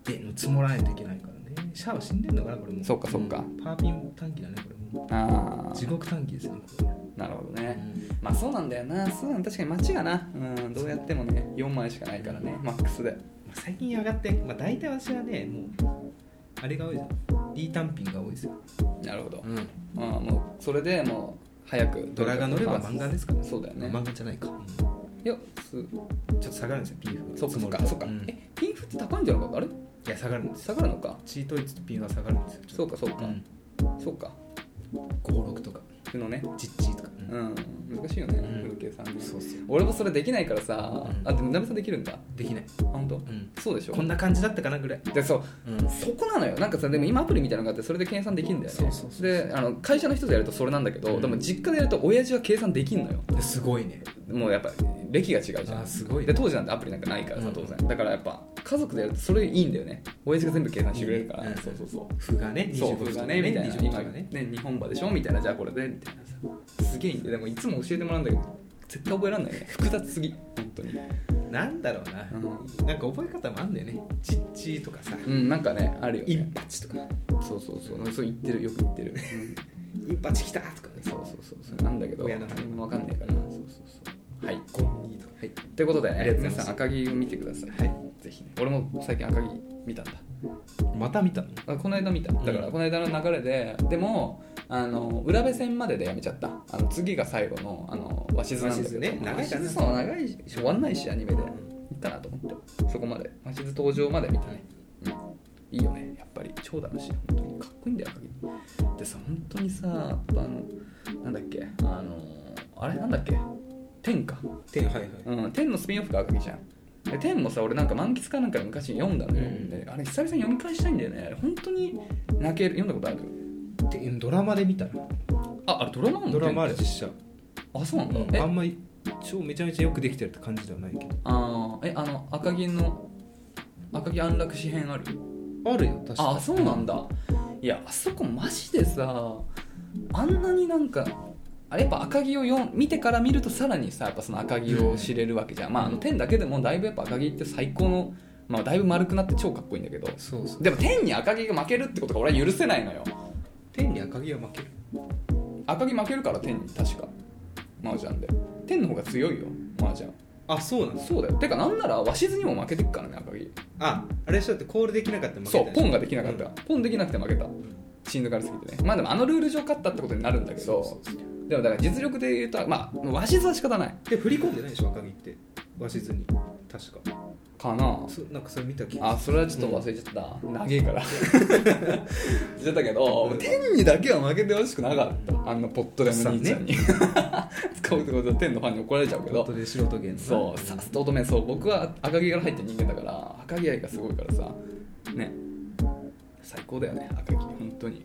A: で積もらないといけないからねシャアは死んでんのかなこれも
B: そっかそっか
A: んパーピン短期だねこれも
B: ああ
A: 地獄短期ですよねこ
B: なるほど
A: れ
B: ね、まあそうなんだよなそうなん確かに街がなうんどうやってもね4枚しかないからねマックスで
A: まあ最近上がって、まあ、大体私はねもうあれが多いじゃん D 単品が多いですよ、
B: なるほど、まあもうそれでもう早く
A: ドラが乗れば
B: まあ
A: 漫画ですから
B: そうだよね
A: 漫画じゃないか、うんち
B: いやす
A: ょっと下がるんですよピーフが
B: そっかそっ
A: 積もる
B: か
A: と
B: そっか、
A: うんい
B: えピンフって高いんじゃなかったあれ
A: や下がるんです
B: 下がるのか
A: チートイツとピーフが下がるんですよち
B: そ
A: ょっ
B: うかそう
A: と
B: か、そうか
A: うん、56とか
B: 普のね
A: チッチーとか、うん
B: うん難しいよね、
A: うん
B: 風景さんね
A: そうそう
B: 俺もそれできないからさ、
A: うん
B: あでもナベさんできるんだあ
A: できない、
B: 本当、
A: うん、
B: そうでしょ
A: こんな感じだったかなぐらい、
B: でそう
A: うん
B: そこなのよなんかさでも今アプリみたいなのがあってそれで計算できるんだよね
A: そうそうそう
B: であの会社の人でやるとそれなんだけど、
A: うん
B: でも実家でやると親父は計算できんのよ
A: すごいね
B: もうやっぱ歴が違うじゃ
A: あー
B: ん
A: すごいね
B: で当時なんてアプリなんかないからさ
A: うん
B: 当然、だからやっぱ家族でやるとそれいいんだよね親父が全部計算してくれるから、
A: うん
B: そうそうそう
A: 歩がね
B: そう
A: 25
B: がねみたいな
A: 25
B: 今
A: とか
B: ね
A: ね
B: 日本馬でしょみたいなじゃあこれでみたいなさすげえいいんだよでもいつも教えてもらうんだけど絶対覚えられないね複雑すぎ本当に
A: なんだろうな、なんか覚え方もあんだよねチッチーとかさ、
B: うんなんかねあるよ
A: イン
B: ね
A: パチとか
B: そうそうそうそう言ってるよく言ってる、うん
A: インパチきたとかね
B: そうそうそうそうなんだけど
A: 親
B: 何
A: の
B: もわかんないからなそうそうそうはい
A: ゴンニーとかはい
B: ということで、
A: あ
B: ね
A: り、がとうご
B: 皆
A: ざいます
B: さん赤城を見てください、はい、ぜひね俺も最近赤城見たんだ
A: また見たの
B: あこの間見ただから
A: うん
B: この間の流れで、でもあの浦部線まででやめちゃったあの次が最後のあの鷲津なんだけ
A: 鷲津
B: ど
A: ね長いからね
B: 鷲津そう長いし終わんないしアニメで行ったなと思ってそこまで鷲津登場まで見たね、うん、いいよねやっぱり長蛇のし本当にかっこいいんだよ鍵でさ本当にさやっぱあのなんだっけあのあれなんだっけ天か
A: 手はいはい
B: うん、天のスピンオフが赤城じゃんで天もさ俺なんか満喫かなんかで昔読んだのよ、
A: うん
B: であれ久々に読み返したいんだよねあれ本当に泣ける読んだことある
A: でドラマで見たら
B: ああれドラマなの
A: ドラマある
B: 天って
A: 実写、
B: あそうなんだ、
A: うん
B: え
A: あんまり超めちゃめちゃよくできてるって感じではないけど
B: あーえあの赤城の赤城安楽詩編ある
A: あるよ確か
B: あそうなんだいやあそこマジでさあんなになんかあれやっぱ赤城を読ん見てから見るとさらにさやっぱその赤城を知れるわけじゃん、まああの天だけでもだいぶやっぱ赤城って最高のまあだいぶ丸くなって超かっこいいんだけど
A: そうそう
B: でも天に赤城が負けるってことが俺は許せないのよ
A: 天に赤城は負ける
B: 赤城負けるから天に確か麻雀で天の方が強いよ麻雀
A: あそうなの
B: そうだよてかなんなら鷲津にも負けてっからね赤城
A: ああれでしょだってコールできなかったら負け
B: そ
A: た
B: うポンができなかった、ポンできなくて負けた血抜かれすぎてねまあでもあのルール上勝ったってことになるんだけど
A: そうそうそ
B: でもだから実力で言うとまあ鷲津は仕方ない
A: で振り込んでないでしょ赤城って鷲津に確か
B: かな
A: そなんかそれ見た気が
B: あそれはちょっと忘れちゃった、長えから してたけど天にだけは負けてほしくなかったあんなポットでも兄ちゃんに使うってことは天のファンに怒られちゃうけ
A: 本当
B: ど
A: で素人芸の
B: そうさすと乙女そう僕は赤城から入った人間だから赤城愛がすごいからさね最高だよね赤城本当に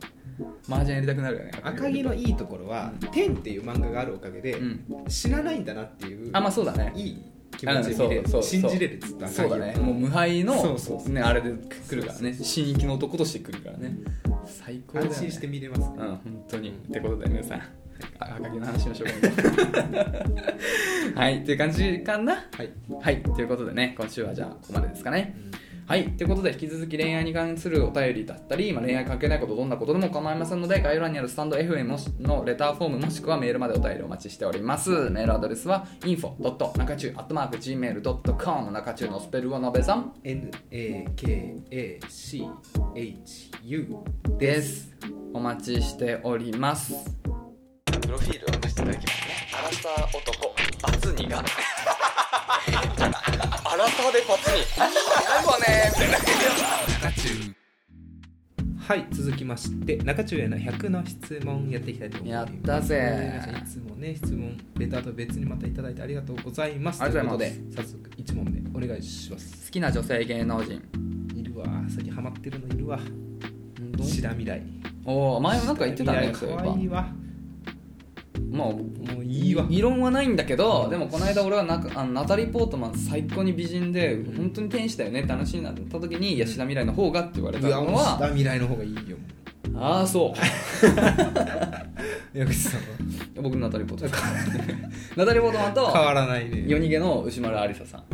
B: 麻雀やりたくなるよね
A: 赤城のいいところは「天」っていう漫画があるおかげで、
B: うん
A: 死なないんだなっていう
B: あまあそうだね
A: いい気持ちで見れ
B: あそう
A: る
B: そう
A: 信じれるっつった
B: そうだね
A: 赤城
B: もう無敗の
A: そうそうそう
B: ねあれで来るからね新域の男として来るからね最高だよね
A: 安心して見れますね
B: うん本当にってことで皆さんあ赤木の話 のしょうがないはいっていう感じかな
A: はい、
B: はいということでね今週はじゃあここまでですかねはいということで引き続き恋愛に関するお便りだったり、まあ、恋愛関係ないことどんなことでも構いませんので概要欄にあるスタンド FM もしのレターフォームもしくはメールまでお便りお待ちしておりますメールアドレスは info.nakachu.gmail.com 中中のスペルをのべさん
A: NAKACHU
B: ですお待ちしております
A: プロフィールを出していただきますね
B: アラサー男バツニが アラサーでバツニ何もねみたいな
A: はい続きまして中中への100の質問やっていきたいと思います
B: やったぜ
A: 皆さんいつもね質問レターと別にまたいただいてありがとうございます
B: ありがとうございます
A: ということで早速1問目お願いします
B: 好きな女性芸能人
A: いるわ最近ハマってるのいるわ
B: し
A: 志田未来
B: おお前もなんか言ってたねそういえば
A: 可愛いわ
B: まあ
A: もういいわ
B: 異論はないんだけどでもこの間俺はなあのナタリー・ポートマン最高に美人で本当に天使だよねって話になった時に「いや志田未来の方が」って言われた
A: うわ
B: の
A: もう志田
B: は
A: 未来の方がいいよ
B: ああそう
A: 矢口さんは
B: 僕ナタリー・ポー トマンナタリー・ポートマンと
A: 変わらないね
B: 夜逃げの牛丸ありささん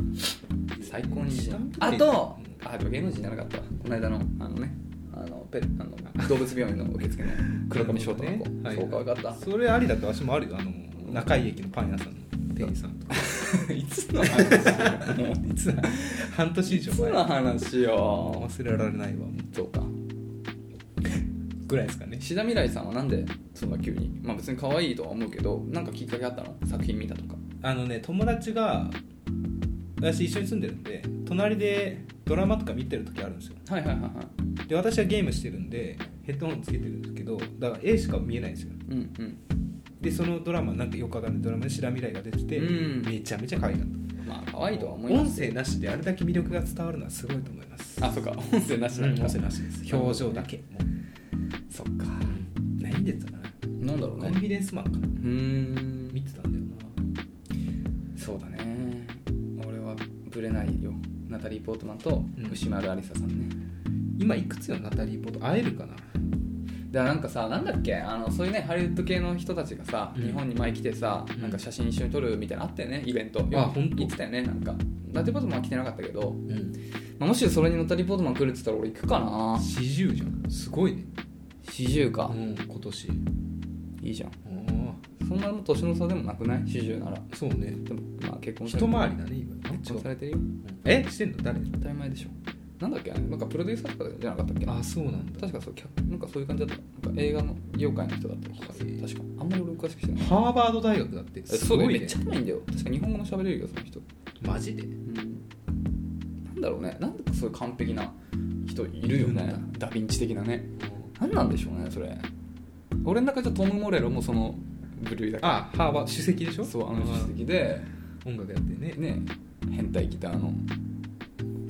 B: 最高にいいなあとあでも芸能人じゃなかったわこの間のあのねあのペあの動物病院の受付の黒髪翔太の子、
A: はい
B: そうかわかった
A: それありだって私もあるよあの中井駅のパン屋さんの店員さんとか
B: いつの話もう
A: いつだ半年以
B: い
A: 上
B: つ
A: 前
B: の話よ
A: 忘れられないわ
B: そうか
A: ぐらいですかね
B: 志田未来さんはなんでそんな急にまあ別に可愛いとは思うけどなんかきっかけあったの作品見たとか
A: あのね友達が私一緒に住んでるんで隣でドラマとか見てる時あるんですよ
B: はいはいはいはい
A: で私はゲームしてるんでヘッドホンつけてるんですけどだから絵しか見えないんですよ
B: うんうん
A: でそのドラマなんかよくわかんないドラマで白未来が出てて、
B: うん
A: めちゃめちゃ可愛かった
B: まあ可愛いとは思いま
A: 音
B: す
A: 声なしであれだけ魅力が伝わるのはすごいと思います
B: あそうか音声なしなんだ
A: 音声なしです表情だけも
B: そっか
A: う何出てたかな
B: なんだろう
A: コ
B: ね
A: ンフィデンスマンかな
B: うーん
A: 見てたんだよな
B: そうだね俺はブレないよナタリー・ポートマンと
A: うん
B: 牛丸ありささんね、
A: 今いくつよナタリー・ポート会えるかな
B: だからなんかさなんだっけあのそういうねハリウッド系の人たちがさ、
A: うん
B: 日本に前来てさ、
A: うん
B: なんか写真一緒に撮るみたいなのあったよねイベント
A: あほんと
B: 行ってたよねなんかナティポートマンは来てなかったけど、
A: うん
B: まあ、もしそれにナタリー・ポートマン来るって言ったら俺行くかな
A: 四十じゃんすごいね
B: 40か、
A: うん今年
B: いいじゃん
A: あ
B: そんな年の差でもなくない40なら
A: あそうね
B: でもまあ結婚
A: 一
B: されて
A: 回り
B: る
A: だね今
B: 結婚されてるよ
A: えしてんの誰
B: 当たり前でしょなんだっけなんかプロデューサーとかじゃなかったっけ
A: あそうなんだ
B: 確かそうキャなんかそういう感じだったなんか映画の業界の人だった気がす
A: へ
B: る
A: え
B: 確かあんまり俺詳しくしてない
A: ハーバード大学だって
B: え
A: す
B: そう
A: ご
B: だよ
A: い
B: め
A: ね
B: っちゃうまいんだよ確か日本語も喋れるよその人
A: マジで
B: なんだろうねなんでそういう完璧な人いるよ
A: い
B: ね
A: るん
B: ダヴィンチ的なねなんなんでしょうねそれ俺の中じゃトム・モレロもその部類だから
A: あハーバー首席でしょ
B: そうあの人的で
A: 音楽やってね
B: ね変態ギターの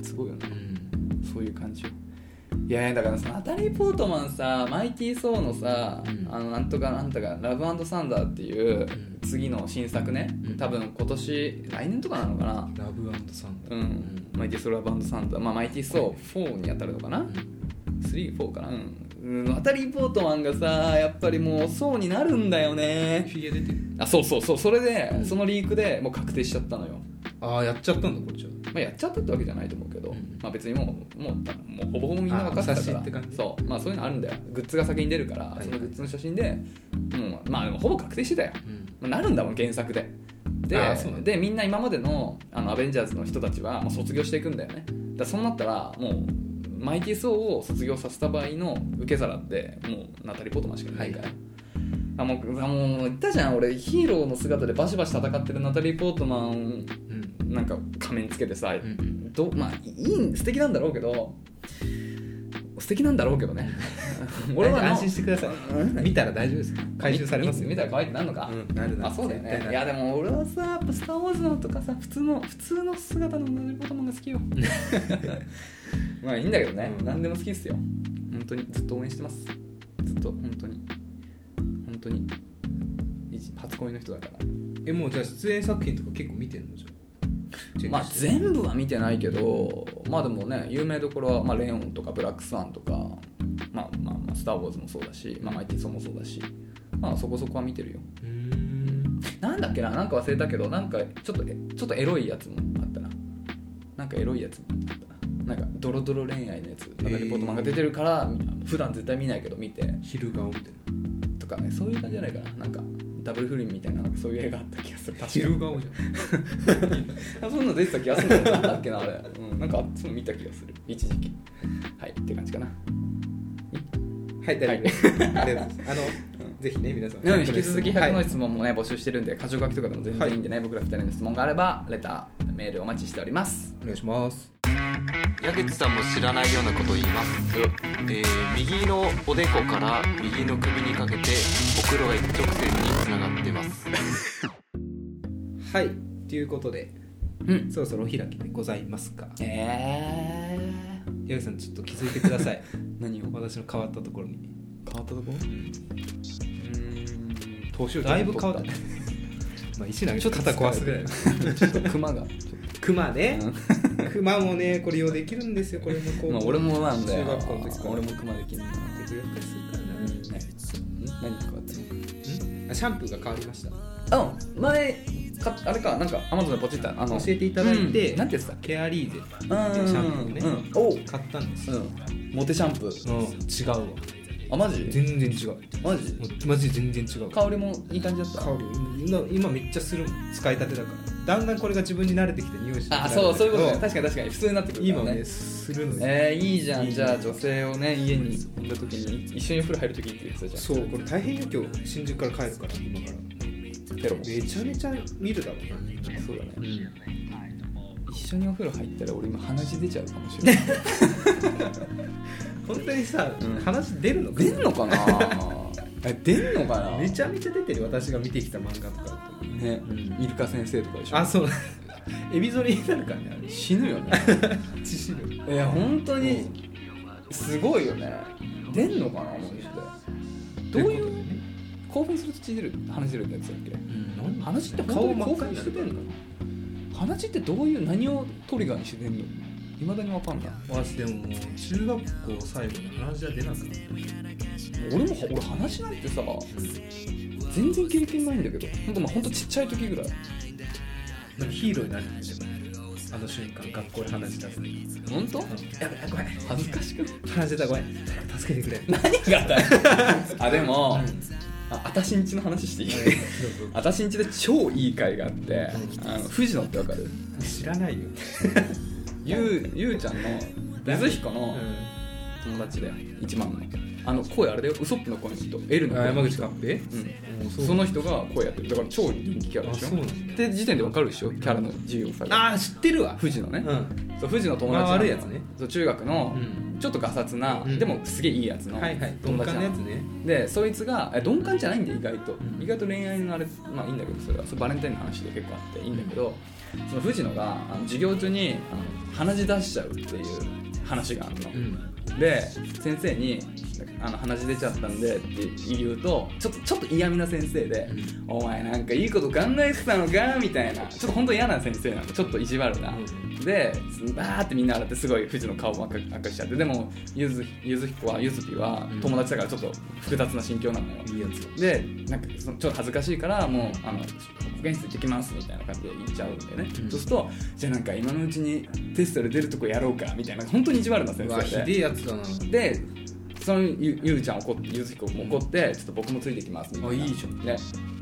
B: すごいよね
A: うん
B: そういう感じよいやいやだからさナタリー・ポートマンさマイティー・ソーのさ、
A: うん
B: あのなんとかなんとかラブサンダーっていう
A: うん
B: 次の新作ね、
A: うん
B: 多分今年来年とかなのかな
A: ラブサンダ
B: う
A: ー
B: ん、マイティー・ソーラブサンダー、まあ、マイティー・ソー4に当たるのかな、34かなうんナタリー・ポートマンがさやっぱりもうソーになるんだよね
A: ヒゲ出てる
B: あそうそうそうそれで、そのリークでもう確定しちゃったのよ
A: ああやっちゃったんだこれじゃ
B: まあ、やっちゃったってわけじゃないと思うけど、
A: うん
B: まあ、別にもうもう多分もうほぼほぼみんな分かって
A: あお
B: たか
A: 察
B: ら
A: しって感じ
B: そう,、まあ、そういうのあるんだよグッズが先に出るから、
A: いはい
B: そのグッズの写真で、もうまあ、でもほぼ確定してたよ、
A: うん
B: まあ、なるんだもん原作でで
A: あそうなんだ
B: でみんな今までのあのアベンジャーズの人たちはもう卒業していくんだよねだからそうなったらもうマイティー・ソーを卒業させた場合の受け皿ってもうナタリー・ポートマンしかいないから、
A: は
B: あもうあもう言ったじゃん俺ヒーローの姿でバシバシ戦ってるナタリー・ポートマン
A: うん
B: なんか仮面つけてさ、
A: うん
B: どまあいい素敵なんだろうけど素敵なんだろうけ どね俺は
A: 安心してくださ
B: う
A: い見たら大丈夫です回収されますよ
B: 見見たら可愛くなるのか、
A: うんなるなる
B: あそうだよ
A: 絶
B: ね
A: 対
B: い
A: な
B: や
A: る
B: でも俺はさやっぱ「スター・ウォーズ」のとかさ普通の普通の姿のナタリー・ポートマンが好 きよまあいいんだけどね、
A: うん
B: 何でも好きっすよ本当にずっと応援してますずっと本当に本当に一初恋の人だから
A: えもうじゃあ出演作品とか結構見てんのじゃあチェッ
B: まあ
A: クして
B: 全部は見てないけどまあでもね有名どころは、まあ、レオンとかブラックスワンとかまあまあ、まあ、スター・ウォーズもそうだし、まあ、マイティー・ソーもそうだしまあそこそこは見てるよ
A: うーん
B: なんだっけななんか忘れたけどなんかちょっとえちょっとエロいやつもあったななんかエロいやつもあったななんかドロドロ恋愛のやつなんかレポート漫画出てるから、普段絶対見ないけど見て
A: 昼顔みたいな
B: とかねそういう感じじゃないかななんかダブル不倫みたいななんかそういう映画あった気がする確か
A: 昼顔じゃん
B: あそんなの出てた気がするんだっけなあれ、うん、なんかあっちも見た気がする一時期はいって感じかな
A: はい大丈夫です、ありがとうございますあの、ぜひね皆さん
B: なので引き続き
A: は
B: 100
A: い
B: の質問もね募集してるんで箇条書きとかでも全然いいんでね、僕ら2人の質問があればレターメールお待ちしております
A: お願いします
C: 矢口さんも知らないようなことを言います、えー右のおでこから右の首にかけてお風呂が一直線につながってます
A: はいということで
B: うん
A: そろそろお開きでございますか
B: え
A: 矢口さんちょっと気づいてくださ い
B: ー、何を変わ
A: 私の変わったところに
B: ったとこうーん年を
A: だいぶ変わった まあ石投げて肩壊すぐらい
B: ちょっと熊が
A: 熊ね 熊もねこれ用できるんですよこれもこう、
B: まあ俺もなんだよ
A: 中学校の時から
B: 俺も熊できるな
A: 手袋やったりするから
B: うん
A: ね
B: ねん何かあった
A: んあシャンプーが変わりました
B: あ前かあれかなんかアマゾンでポチったあの
A: 教えていただいて
B: うんなんてやつだっけ
A: ケアリーゼっていうシ
B: うんうん
A: ャ
B: うん
A: ンプーをね、
B: うんおう
A: 買ったんですよ、
B: うんモテシャンプー
A: うん、違うわ
B: あマジ
A: 全然違う
B: マジ
A: もうマジで全然違う香
B: 香りもいい感じだった
A: り今今めっちゃするもん使いたてだからだんだんこれが自分に慣れてきて匂いして
B: あそうそういうことね
A: ん
B: 確かに確かに普通になってくるか
A: 今
B: ら
A: ね
B: ね
A: するのよ
B: えー、いいじゃ
A: い
B: ん
A: い
B: じゃあ女性をね家に呼んだ時に一緒にお風呂入る時にって言ってたじゃん
A: そうこれ大変よ今日新宿から帰るから今から
B: ペロも
A: めちゃめちゃ見るだろうな
B: そうだね、一緒にお風呂入ったら俺今鼻血出ちゃうかもしれない
A: 本当にさ、
B: うん
A: 話出るのか
B: 出んのかな え出んのかな
A: めちゃめちゃ出てる私が見てきた漫画とかだと
B: ね、
A: うん
B: イルカ先生とかでしょ
A: あそうエビ反りになるからねあれ
B: 死ぬよね
A: 致死量
B: いや本当にすごいよね出んのかなもしかしてどういう興奮すると血出る話出るってやつだっけ
A: うんなん
B: 話って本当
A: 顔
B: に
A: 真っ
B: 興
A: 赤
B: 奮
A: にな
B: して
A: る
B: 出んの話ってどういう何をトリガーにして出んのいまだにわかんない
A: 私でも中学校最後の話は出なかった
B: 俺も俺話なんてさ全然経験ないんだけどほんとまあほんとちっちゃい時ぐらい
A: なんかヒーローになるんでしょあの瞬間学校で話し出す
B: 本当
A: やべえごめん
B: 恥ずかしくない
A: 話してたごめん助けてくれ
B: 何がだよ あでも、あ私んちの話していい私んちで超いい回があってあの藤野ってわかる
A: 知らないよ、
B: ゆうゆうちゃんのゆずひこの友達だよ一番のあの声あれだよウソップの声の人 L の
A: あ
B: 声の
A: 山口
B: 人
A: 寛平
B: うん、
A: そう
B: その人が声やってるだから超人気キャラでしょ
A: あそうなんだ
B: って時点でわかるでしょキャラの自由さが
A: ああ知ってるわ
B: 藤野ね、
A: ん
B: そう藤野友達
A: まあ
B: なの
A: 悪いやつね
B: そう中学の
A: うん
B: ちょっとがさつな、
A: うん
B: でもすげえいいやつの
A: はいはい鈍
B: 友達
A: 感
B: な
A: の
B: の
A: やつね
B: でそいつがえ鈍感じゃないんで意外と、
A: ん
B: 意外と恋愛のあれまあいいんだけどそれはそうバレンタインの話で結構あっていいんだけど、その藤野があの授業中にあの鼻血出しちゃうっていう話があるの、
A: ん
B: で先生に「あの鼻血出ちゃったんで」って言うとちょっとちょっと嫌味な先生で「お前なんかいいこと考えてたのか」みたいなちょっと本当嫌な先生なのちょっと意地悪な、
A: う
B: でバーってみんな笑ってすごい藤の顔も赤く赤くしちゃってでもゆずゆず彦はゆずぴは
A: うん
B: 友達だからちょっと複雑な心境なのよ、
A: いいやつ
B: でなんかそのちょっと恥ずかしいからもうあの保健室行ってきますみたいな感じで言っちゃうんだよね、
A: うん
B: そうするとじゃあなんか今のうちにテストで出るとこやろうかみたいな本当に意地悪な先
A: うわひ
B: 生
A: で
B: で
A: えやつだな
B: でそのゆゆうちゃん怒ってゆずひこも怒ってちょっと僕もついてきますみたいな
A: あいいじゃん
B: ね、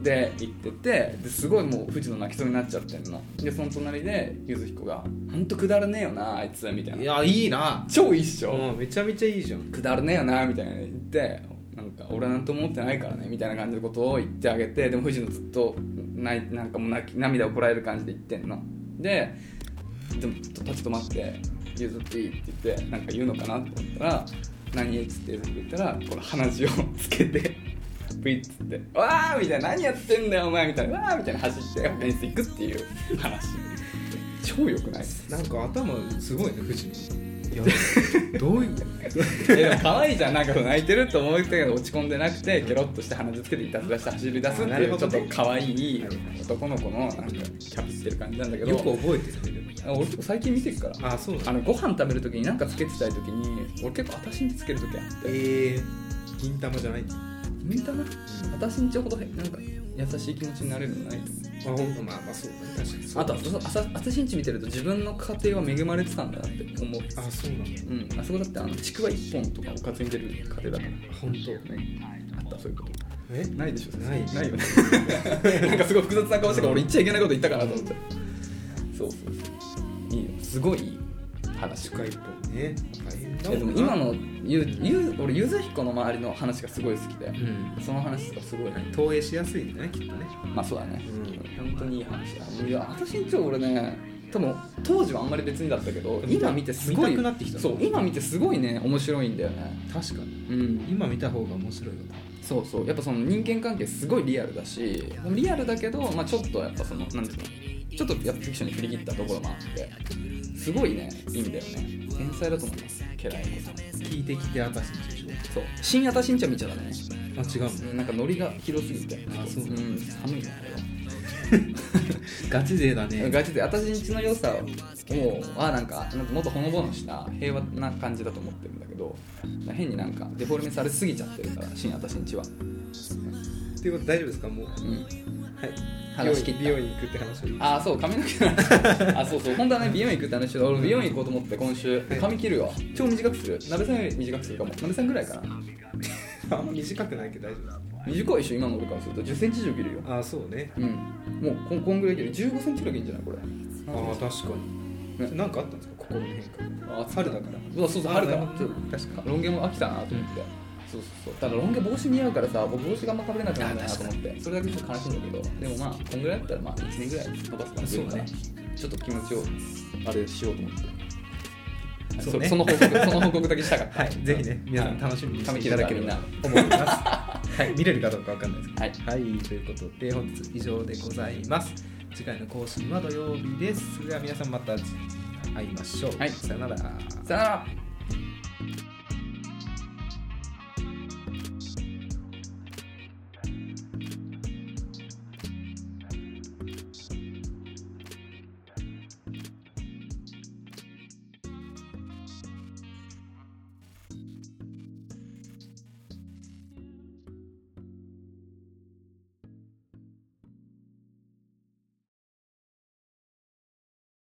B: で行っててですごいもう藤野泣きそうになっちゃってんのでその隣でゆずひこが「ほんとくだらねえよなあいつ」みたい
A: い
B: な
A: やいいな
B: 超一緒、
A: うんめちゃめちゃいいじゃん
B: くだらねえよなみたいなの言ってなんか俺はなんとも思ってないからねみたいな感じのことを言ってあげてでも藤野ずっとないなんかもう泣き涙をこらえる感じで言ってんのででもちょっと立ち止まって「ゆずっていい?」って言ってなんか言うのかなと思ったら「何?」っつって言ったらこの鼻血をつけて。ブイッつって「わあ!」みたいな「何やってんだよお前」みたいな「わあ!」みたいな走ってフェンス行くっていう話超良くないです
A: なんか頭すごいね藤野いやどう いう
B: えでも可愛いじゃんなんか泣いてると思ってたけど落ち込んでなくてケロッとして鼻血つけていたずらして走り出すって
A: なる
B: い
A: ほ
B: うち
A: ど
B: ょっと
A: ね
B: 可愛い男の子のなんかキャピってる感じなんだけど
A: よく覚えてるねでも
B: 俺結構最近見てるから
A: あそう
B: あ
A: だ
B: のご飯食べる時に何かつけてたい時に俺結構私につける時あって
A: えー銀玉じゃない
B: 向いたな私んちほどなんか優しい気持ちになれるのないと思
A: あ
B: う
A: ほんとまあまあそうだね確かにそう
B: あとはそあさ私んち見てると自分の家庭は恵まれてたんだなって思う
A: あそうなんだ
B: うん、あそこだってあのちくわ1本とかおかずに出る家庭だからね
A: 本当
B: あったそういうこと
A: え
B: ないでしょ
A: ない
B: ないよね なんかすごい複雑な顔してから俺言っちゃいけないこと言ったかなと思ってそうそうそういいよすごいいい
A: 世
B: 話
A: 界一本ね大変だ
B: えでも今のゆゆ俺ゆずひこの周りの話がすごい好きで
A: うん
B: その話とかすごい
A: 投影しやすいんだねきっとね
B: まあそうだね、
A: う
B: 本当にいい話だいや私一応俺ね多分当時はあんまり別にだったけど
A: 見た
B: 今見てすごい
A: 見たくなってきた
B: そう今見てすごいね面白いんだよね
A: 確かに
B: うん
A: 今見た方が面白いよな
B: そうそうやっぱその人間関係すごいリアルだしリアルだけど、まあ、ちょっとやっぱそのなんていうのちょっとやっぱフィクションに振り切ったところもあってすごいねいいんだよね天才だと思いますケライコさん
A: 聞いてきて私のでしょ
B: そう新型新茶見ちゃだね
A: あ違うの
B: うんなんかノリが広すぎて
A: あそう
B: うん寒いねあれは
A: ガチ勢だね
B: ガチで私んちの良さをはなんかなんかもっとほのぼのした平和な感じだと思ってるんだけど変になんかデフォルメされすぎちゃってるから新私んちは、
A: っていうこと大丈夫ですかもう
B: うん、
A: はい
B: 話切った
A: 美容院美容院行くって話を
B: ああそう髪の毛 の話あそうそう本当はね美容院行くって話で俺美容院行こうと思って今週
A: はい
B: 髪切るよ超短くする鍋さんより短くするかも鍋さんぐらいかな
A: あんま短くないけど大丈夫です
B: 短いでしょ今の俺からすると1 0センチ以上切るよ
A: あそうね
B: うんもうこんこんぐらい切る1 5センチぐらい切るんじゃないこれ
A: ああ確か
B: ね
A: になんかあったんですか心の変化
B: あ
A: 春だから
B: そうそうそう春から
A: あ
B: ちょっと
A: 確か
B: ロン毛も飽きたなと思って、そうそうそうただロン毛帽子似合うからさ僕帽子があんま被れなくなるんだなと思ってそれだけちょっと悲しいんだけどでもまあこんぐらいだったらまあ1年ぐらい伸ばすから
A: そうだね
B: ちょっと気持ちをあれしようと思ってはい
A: そうね
B: その報告その報告だけしたかっ た
A: はいぜひね皆さん楽しみにしていただければと思いますはい 見れるかどうかわかんないですけど
B: はい
A: はいということで本日以上でございます次回の更新は土曜日ですそれでは皆さんまた会いましょう
B: はい
A: さよなら
B: さよなら